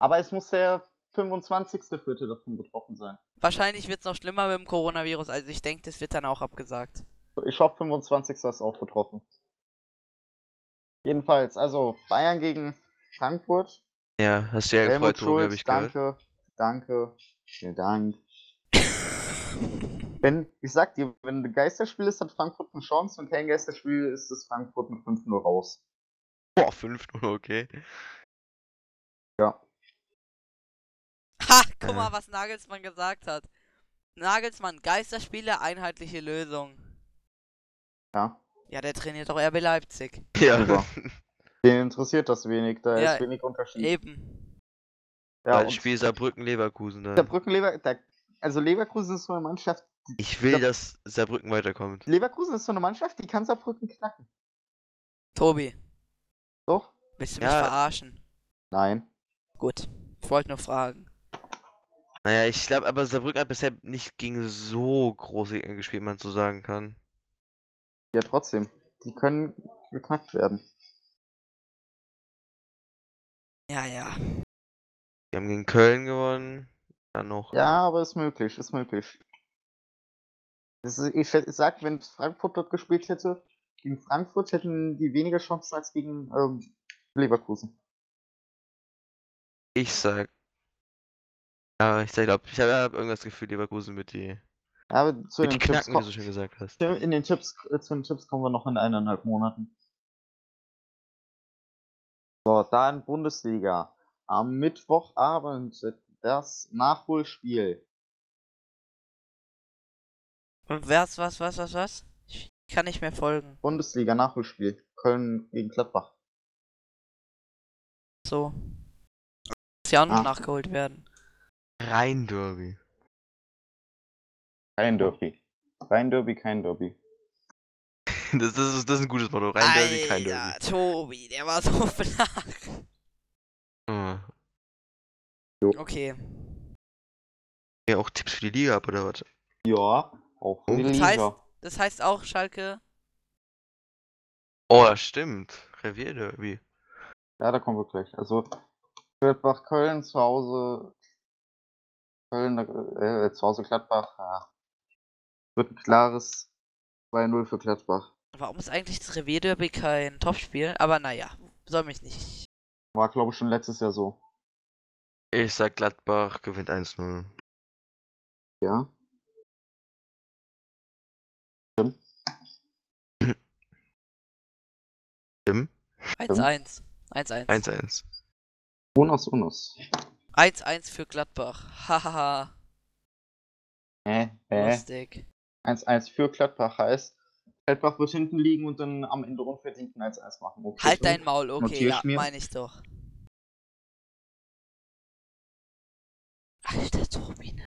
Aber es muss der 25. Vierte davon betroffen sein. Wahrscheinlich wird es noch schlimmer mit dem Coronavirus. Also ich denke, das wird dann auch abgesagt. Ich hoffe, 25. ist auch betroffen. Jedenfalls, also Bayern gegen Frankfurt. Ja, hast du ja Helmut gefreut, Tobi, hab Schulz, ich gehört. danke, danke, vielen Dank. Wenn, ich sag dir, wenn ein Geisterspiel ist, hat Frankfurt eine Chance und kein Geisterspiel ist, ist Frankfurt mit 5-0 raus. Boah, 5-0, okay. Ja. Ha, guck Äh. mal, was Nagelsmann gesagt hat. Nagelsmann, Geisterspiele, einheitliche Lösung. Ja. Ja, der trainiert doch RB Leipzig. Ja. <laughs> Super. Den interessiert das wenig, da Ja, ist wenig Unterschied. Eben. ja, Bald Spiel Saarbrücken-Leverkusen der dann. Brücken Lever da, also Leverkusen ist so eine Mannschaft. Die, Ich will, Saar- dass Saarbrücken weiterkommt. Leverkusen ist so eine Mannschaft, die kann Saarbrücken knacken. Tobi, Doch? willst du mich Ja. verarschen? Nein. Gut. Ich wollte nur fragen. Naja, ich glaube aber, Saarbrücken hat bisher nicht gegen so große Gegner gespielt, wie man so sagen kann. Ja, trotzdem. Die können geknackt werden. Ja, ja. Wir haben gegen Köln gewonnen. Dann noch. Ja, aber ist möglich, ist möglich. Das ist, ich schätz- ich sag, wenn Frankfurt dort gespielt hätte, gegen Frankfurt hätten die weniger Chancen als gegen ähm, Leverkusen. Ich sag. Ja, ich sag, glaub, ich habe irgendwas Gefühl, Leverkusen mit die. Ja, aber zu Mit den die Tipps, Knacken, wie ko du schon gesagt <laughs> hast. in den Tipps äh, zu den Tipps kommen wir noch in eineinhalb Monaten. So, dann Bundesliga. Am Mittwochabend das Nachholspiel. Und was, was, was, was, was? Ich kann nicht mehr folgen. Bundesliga Nachholspiel. Köln gegen Gladbach. So. Muss ja auch noch Ah. nachgeholt werden. Rein Derby. Kein Derby. Kein Derby, kein Derby. Das, das, ist, das ist ein gutes Motto. Rein Derby, kein Derby. Alter, Tobi, der war so <laughs> flach. Ah. Okay. Ja, auch Tipps für die Liga ab, oder was? Ja, auch für die Das Liga. heißt, das heißt auch, Schalke. Oh, das stimmt. Revierderby. Ja, da kommen wir gleich. Also Gladbach Köln zu Hause Köln äh, zu Hause Gladbach. Ja. Wird ein klares 2-0 für Gladbach. Warum ist eigentlich das Revierderby kein Topspiel? Aber naja, soll mich nicht. War glaube ich schon letztes Jahr so. Ich sag Gladbach gewinnt 1-0. Ja. Tim? 1-1. 1-1. 1-1. Bonus, Bonus. 1-1 für Gladbach. Hahaha. Äh, äh. Lustig. 1-1 für Gladbach heißt, Gladbach wird hinten liegen und dann am Ende unverdient ein 1-1 machen. Okay, Halt so. dein Maul, okay, notier ja, ich mir. meine ich doch. Alter ne? Turbine.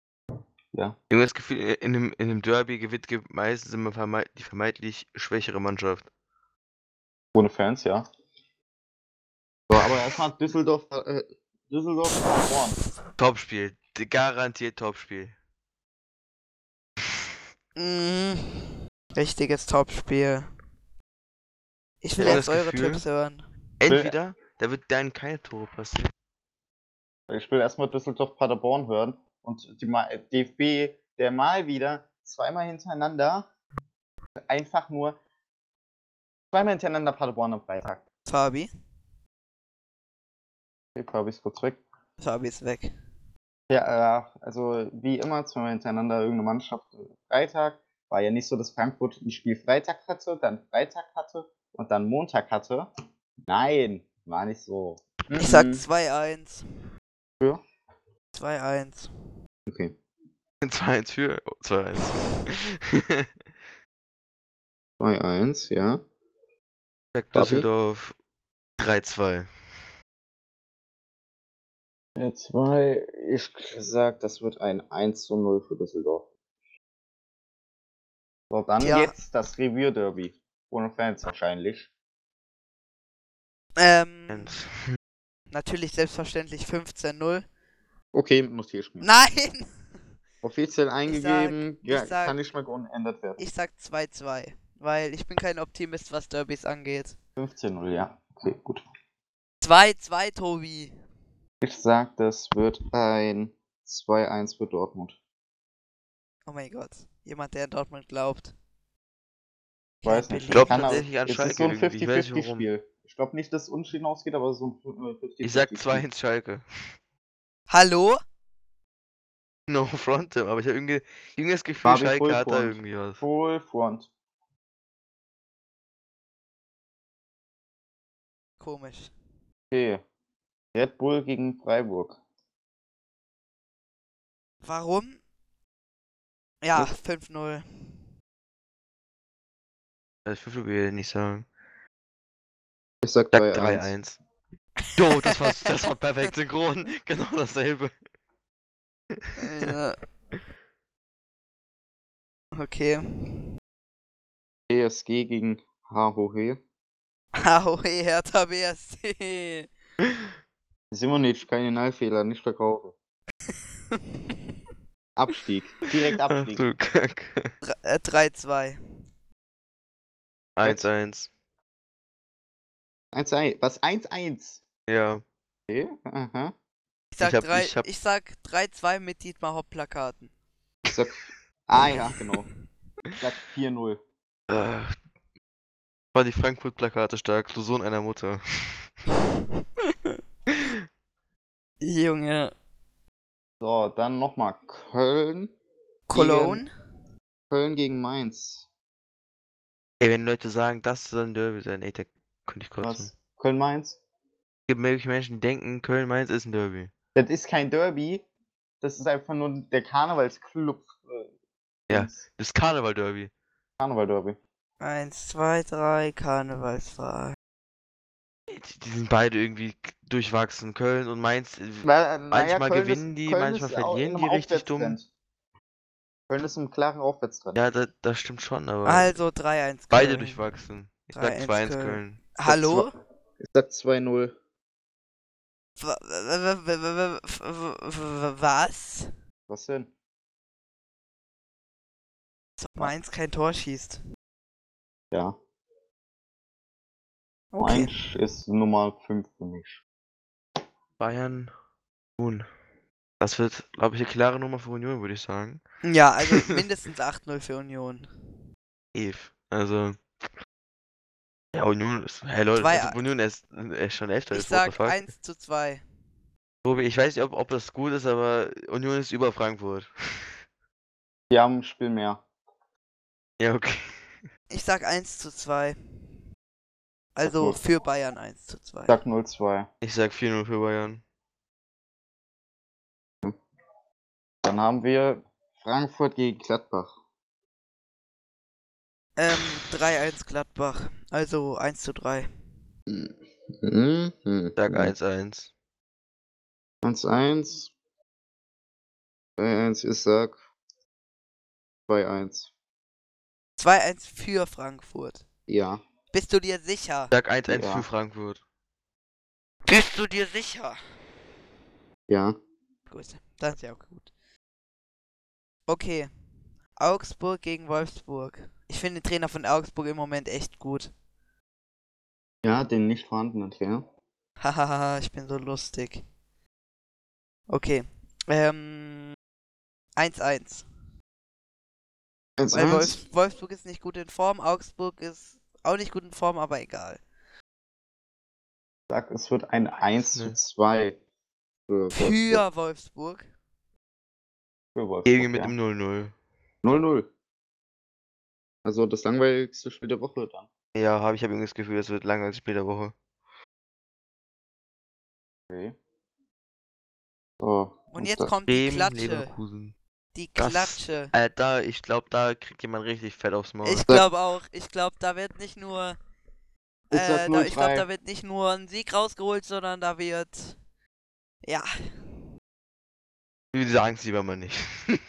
Irgendwie das Gefühl, in einem, in einem Derby gewinnt ge- meistens immer vermei- die vermeintlich schwächere Mannschaft. Ohne Fans, ja. So, aber erstmal Düsseldorf, äh, Düsseldorf verloren. Topspiel. D- Garantiert Topspiel. Mhm. Richtiges Topspiel. Ich will Ja, jetzt das eure Gefühl. Tipps hören. Entweder da wird dann keine Tore passieren. <laughs> Ich will erstmal Düsseldorf Paderborn hören und die Ma- äh, DFB, der mal wieder zweimal hintereinander einfach nur zweimal hintereinander Paderborn am Freitag. Fabi? Okay, habe ich kurz weg. Fabi ist weg. Ja, äh, also wie immer zweimal hintereinander irgendeine Mannschaft äh, Freitag. War ja nicht so, dass Frankfurt ein Spiel Freitag hatte, dann Freitag hatte und dann Montag hatte. Nein, war nicht so. Ich sag Mhm. 2-1. Für? 2-1. Okay. 2-1 für. Oh, 2-1. 2-1, ja. Sagt Fabi? Düsseldorf 3-2. Ja, 2, ich sag, das wird ein 1 zu 0 für Düsseldorf. So, dann Ja. jetzt das Revierderby. Ohne Fans wahrscheinlich. Ähm, natürlich selbstverständlich 15-0. Okay, notiere ich mir. Nein! Offiziell eingegeben, ja, ich sag- kann Kann ich. nicht mehr geändert werden. Ich sag 2-2. Weil ich bin kein Optimist, was Derbys angeht. 15-0, ja. Okay, gut. 2-2, Tobi. Ich sag, das wird ein 2-1 für Dortmund. Oh mein Gott. Jemand, der in Dortmund glaubt. Ich weiß nicht. Can't Ich glaube Kann aber- tatsächlich an Es ist Schalke. so ein irgendwie, ich weiß nicht warum. 50-50-Spiel. Ich glaube nicht, dass es unentschieden ausgeht, aber so ein 50-50. Ich sag 2-1 Schalke. <laughs> believe- Hallo? No front, Tim, aber ich habe irgendwie, irgendwie das Gefühl, Fabi Schalke hat da Fulford. irgendwie was. Full Front. Komisch. Okay. Red Bull gegen Freiburg. Warum? Ja, 5-0. Das Pfiff will Also ich nicht sagen. Ich sag Sag 3-1. 3-1. Jo, das war, das war perfekt <laughs> synchron. Genau dasselbe. Ja. Okay. PSG gegen Hahohe. Ahoe, Hertha BSC. Simonic, Kardinalfehler, nicht verkaufen. Abstieg. Direkt Ach Abstieg. du Kacke. Dr- äh, 3-2. 1-1. 1-1. Was 1-1. Ja. Okay, aha. Ich sag Ich hab- 3 ich hab- ich sag 3-2 mit Dietmar Hopp Plakaten. Ich sag, Ah ja, genau. Ich sag 4-0. Ach. War die Frankfurt-Plakate stark. Du Sohn einer Mutter. Junge. So, dann nochmal Köln, Cologne? Köln gegen Mainz. Ey, wenn Leute sagen, das soll ein Derby sein, ey, da könnte ich kotzen. was. Köln-Mainz. Es gibt mögliche Menschen, die denken, Köln-Mainz ist ein Derby. Das ist kein Derby. Das ist einfach nur der Karnevalsclub. äh, Ja. das Das Karneval-Derby. Karneval-Derby. 1, 2, 3, Karnevalsfahrt. Die, die sind beide irgendwie k- durchwachsen. Köln und Mainz. äh, Na, naja, Manchmal Köln gewinnen die, manchmal ist au- in verlieren einem die richtig dumm. Aufwärtstrend. Köln ist im klaren Aufwärtstrend. Ja, da, das stimmt schon, aber Also 3-1 beide Köln. durchwachsen. Ich 3-1 sag 2-1 Köln. Köln. Hallo? Ich sag 2-0. Wa- wa- wa- wa- wa- wa- wa- Was? Was denn? Dass Mainz kein Tor schießt. Ja. Okay. Mainz ist Nummer 5 für mich. Bayern. Union. Das wird, glaube ich, eine klare Nummer für Union, würde ich sagen. Ja, <laughs> also mindestens 8-0 für Union. Eve. Also. Ja, Union ist. Hey Leute, Zwei- also Union ist, ist schon Elfter. Ich ist, what sag the fuck? 1 zu 2. Tobi, ich weiß nicht, ob, ob das gut ist, aber Union ist über Frankfurt. Die haben ein Spiel mehr. Ja, okay. Ich sag 1 zu 2. Also gut. für Bayern 1 zu 2. Sag 0-2. Ich sag 4-0 für Bayern. Dann haben wir Frankfurt gegen Gladbach. Ähm, 3-1 Gladbach. Also 1 zu 3. Mhm. Sag 1-1. 1-1. 2-1, ich sag 2-1. 2-1 für Frankfurt. Ja. Bist du dir sicher? Sag 1-1 Ja. für Frankfurt. Bist du dir sicher? Ja. Gut, das ist ja auch gut. Okay. Augsburg gegen Wolfsburg. Ich finde den Trainer von Augsburg im Moment echt gut. <laughs> Ja, den nicht vorhandenen Trainer. Hahaha, ich bin so lustig. Okay. Ähm. 1-1. Weil 1-1. Wolf Wolfsburg ist nicht gut in Form, Augsburg ist auch nicht gut in Form, aber egal. Sag, es wird ein 1 zu 2 für Wolfsburg. Für Wolfsburg. Für Wolfsburg, Gegen mit ja. dem 0-0. 0-0. Also das langweiligste Spiel der Woche dann. Ja, hab ich habe irgendwie das Gefühl, es wird lange als Spiel der Woche. Okay. So, Und jetzt da- kommt die Bremen, Klatsche. Leverkusen. Die Das- Klatsche. Äh, da, ich glaube, da kriegt jemand richtig fett aufs Maul. Ich glaube auch. Ich glaube, da wird nicht nur. Ich sag Äh, da, ich glaube, 0-3. da wird nicht nur ein Sieg rausgeholt, sondern da wird. Ja. Wir sagen es lieber mal nicht. <laughs>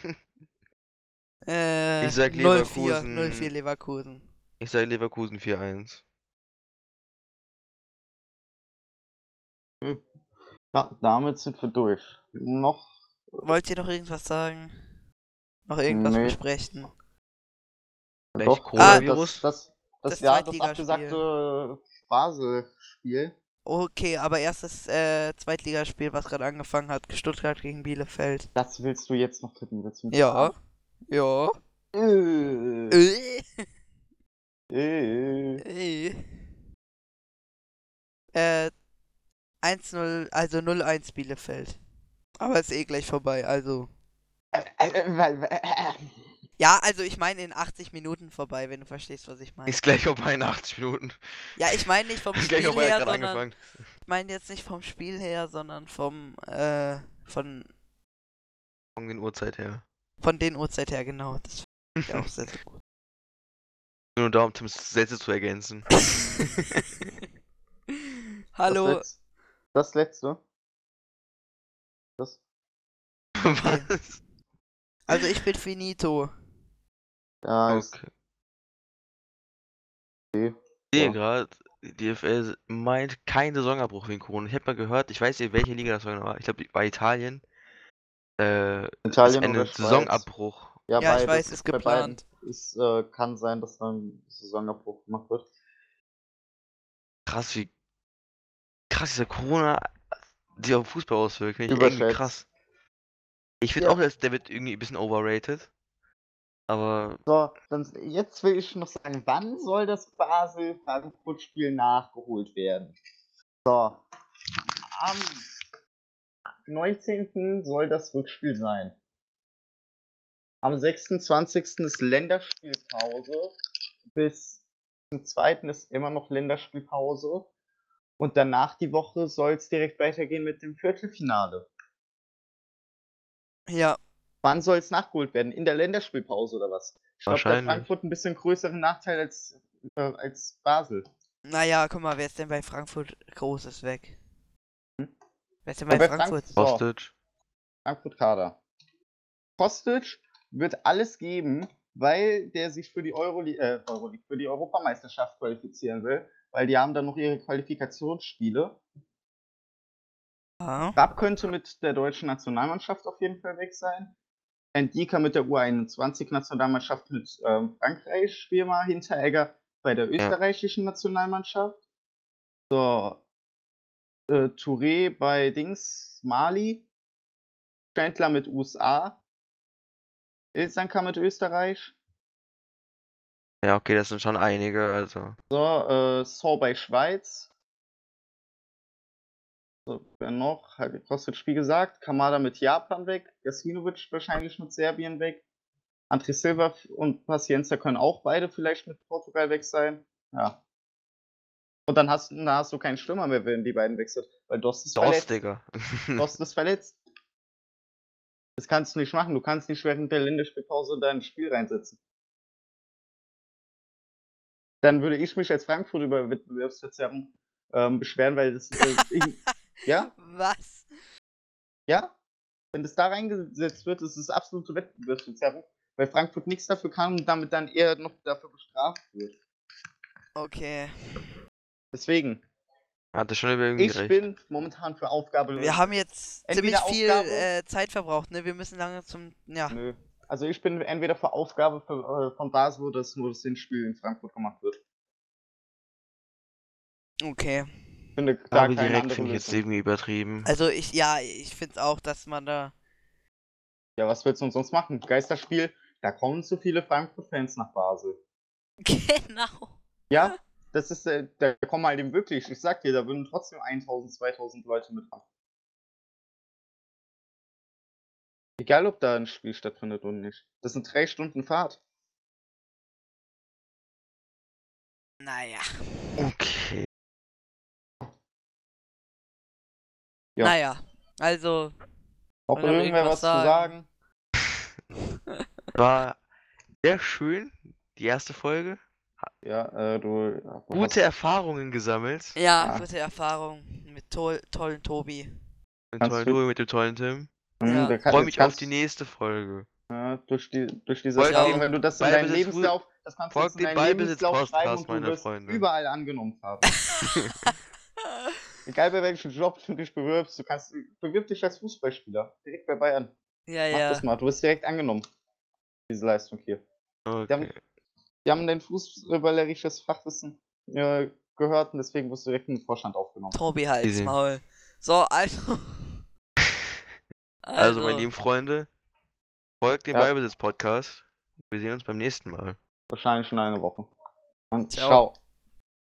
Äh, Ich sag 0-4, Leverkusen. 0-4 Leverkusen. ich sage Leverkusen 4-1. da, damit sind wir durch. Noch Wollt ihr noch irgendwas sagen? Noch irgendwas Nee. besprechen? Vielleicht doch äh, Das, Coronavirus? das, Das das, ja, das Zweitligaspiel. abgesagte Phrasespiel. Okay, aber erst das äh, Zweitligaspiel, was gerade angefangen hat. Stuttgart gegen Bielefeld. Das willst du jetzt noch tippen. Willst du mich Ja. Ja. verarschen? Äh, Äh. äh, Äh. Äh, 1-0, also 0-1 Bielefeld. Aber ist eh gleich vorbei, also. äh. Ja, also ich meine in 80 Minuten vorbei, wenn du verstehst, was ich meine. Ist gleich auf 81 Minuten. Ja, ich meine nicht vom Ist Spiel <laughs> gleich auf her, gerade sondern angefangen. ich meine jetzt nicht vom Spiel her, sondern vom äh von Von den Uhrzeit her. von den Uhrzeit her genau. Das finde ich <laughs> auch sehr, sehr gut. <laughs> Nur da, um Tims Sätze zu ergänzen. Hallo. Das, Letz- das letzte. Das. <laughs> Was? Also ich bin finito. Ja, ist Okay. okay. Ich sehe Ja. gerade, die DFL meint keinen Saisonabbruch wegen Corona. Ich habe mal gehört, ich weiß nicht, welche Liga das war. Ich glaube, war Italien. Äh, ist Italien ein oder Schweiz. Saisonabbruch. Ja, ich beides. weiß, ist Bei geplant. beiden ist, äh, kann sein, dass dann Saisonabbruch gemacht wird. Krass, wie krass dieser Corona sich auf den Fußball auswirkt. Finde ich irgendwie Überschätzt. krass. Ich finde Ja. auch, dass der wird irgendwie ein bisschen overrated. Aber So, dann, jetzt will ich noch sagen, wann soll das Basel-Frankfurt-Spiel nachgeholt werden? So, am 19. soll das Rückspiel sein. Am 26. ist Länderspielpause. Bis zum 2. ist immer noch Länderspielpause. Und danach die Woche soll es direkt weitergehen mit dem Viertelfinale. Ja, Wann soll es nachgeholt werden? In der Länderspielpause oder was? Ich glaube, da hat Wahrscheinlich. Frankfurt ein bisschen größeren Nachteil als, äh, als Basel. naja, guck mal, wer ist denn bei Frankfurt groß ist weg? Hm? Wer ist denn bei Aber Frankfurt? Frank- so, Kostic. Frankfurt Kader. Kostic wird alles geben, weil der sich für die Euroleague, äh, Euroleague, für die Europameisterschaft qualifizieren will, weil die haben dann noch ihre Qualifikationsspiele. Ja. Rapp könnte mit der deutschen Nationalmannschaft auf jeden Fall weg sein. Endika mit der U21-Nationalmannschaft mit ähm, Frankreich spielen mal, Hinteregger bei der österreichischen Nationalmannschaft. So, äh, Touré bei Dings, Mali. Schändler mit USA. Ilsanka mit Österreich. Ja, okay, das sind schon einige, also. So, äh, Saw bei Schweiz. So, wer noch? Hat Kostic, wie gesagt. Kamada mit Japan weg. Jasinovic wahrscheinlich mit Serbien weg. André Silva und Paciencia können auch beide vielleicht mit Portugal weg sein. Ja. Und dann hast, dann hast du keinen Stürmer mehr, wenn die beiden wechselt. Weil Dost ist Dos, verletzt. Digga. Dost ist verletzt. Das kannst du nicht machen. Du kannst nicht während der Länderspielpause dein Spiel reinsetzen. Dann würde ich mich als Frankfurt über Wettbewerbsverzerrung ähm, beschweren, weil das. Äh, ich, ja? Was? Ja? Wenn das da reingesetzt wird, ist es absolute Wettbewerbsverzerrung, weil Frankfurt nichts dafür kann und damit dann eher noch dafür bestraft wird. Okay. Deswegen, Hatte schon irgendwie ich recht. bin momentan für Aufgabe. Wir haben jetzt Entweder ziemlich viel Aufgabe- äh, Zeit verbraucht, ne? Wir müssen lange zum. Ja. Nö. Also ich bin entweder für Aufgabe für, äh, von Basel, wo das nur das Hinspiel in Frankfurt gemacht wird. Okay. Ich finde da Ah, keine Aber direkt andere finde ich jetzt Lösung. irgendwie übertrieben. Äh, Also ich, ja, ich find's auch, dass man da. <laughs> Ja, was willst du uns sonst machen? Geisterspiel, da kommen zu viele Frankfurt-Fans nach Basel. Genau. Ja, das ist, äh, da kommen halt eben wirklich, ich sag dir, da würden trotzdem 1000, 2000 Leute mitmachen. Egal, ob da ein Spiel stattfindet oder nicht. Das sind drei Stunden Fahrt. Naja. Okay. Ja. Naja. Also, Auch Soll noch irgendwer irgendwas was zu sagen? War sehr schön, die erste Folge. Ja, äh, du. ja, du Gute Erfahrungen gesammelt. ja, Ja. gute Erfahrung mit to <laughs> tollen Tobi. Mit dem Ganz tollen viel- Louis, mit dem tollen Tim. Hast, Ja. ja. da kann, Freue mich auf kannst, die nächste Folge. äh, durch, die, durch diese Folgt Erfahrung, dem wenn du das in deinem Ballbesitz- Lebenslauf. Das kannst du folgt jetzt in dem deinem Ballbesitz Lebenslauf schreiben Podcast, und du meine wirst Freunde. überall angenommen haben. Egal bei welchem Job du dich bewirbst, du kannst. Bewirb dich als Fußballspieler. Direkt bei Bayern. ja, Mach ja. das mal, du wirst direkt angenommen. Diese Leistung hier. Die haben, Okay. die haben dein fußballerisches Fachwissen äh, gehört und deswegen wirst du direkt in den Vorstand aufgenommen. Tobi halt's Easy. Maul. So, also. Also, meine lieben Freunde, folgt dem äh, Ja. Ballbesitz Podcast. Wir sehen uns beim nächsten Mal. Wahrscheinlich schon eine Woche. Und Ciao. ciao.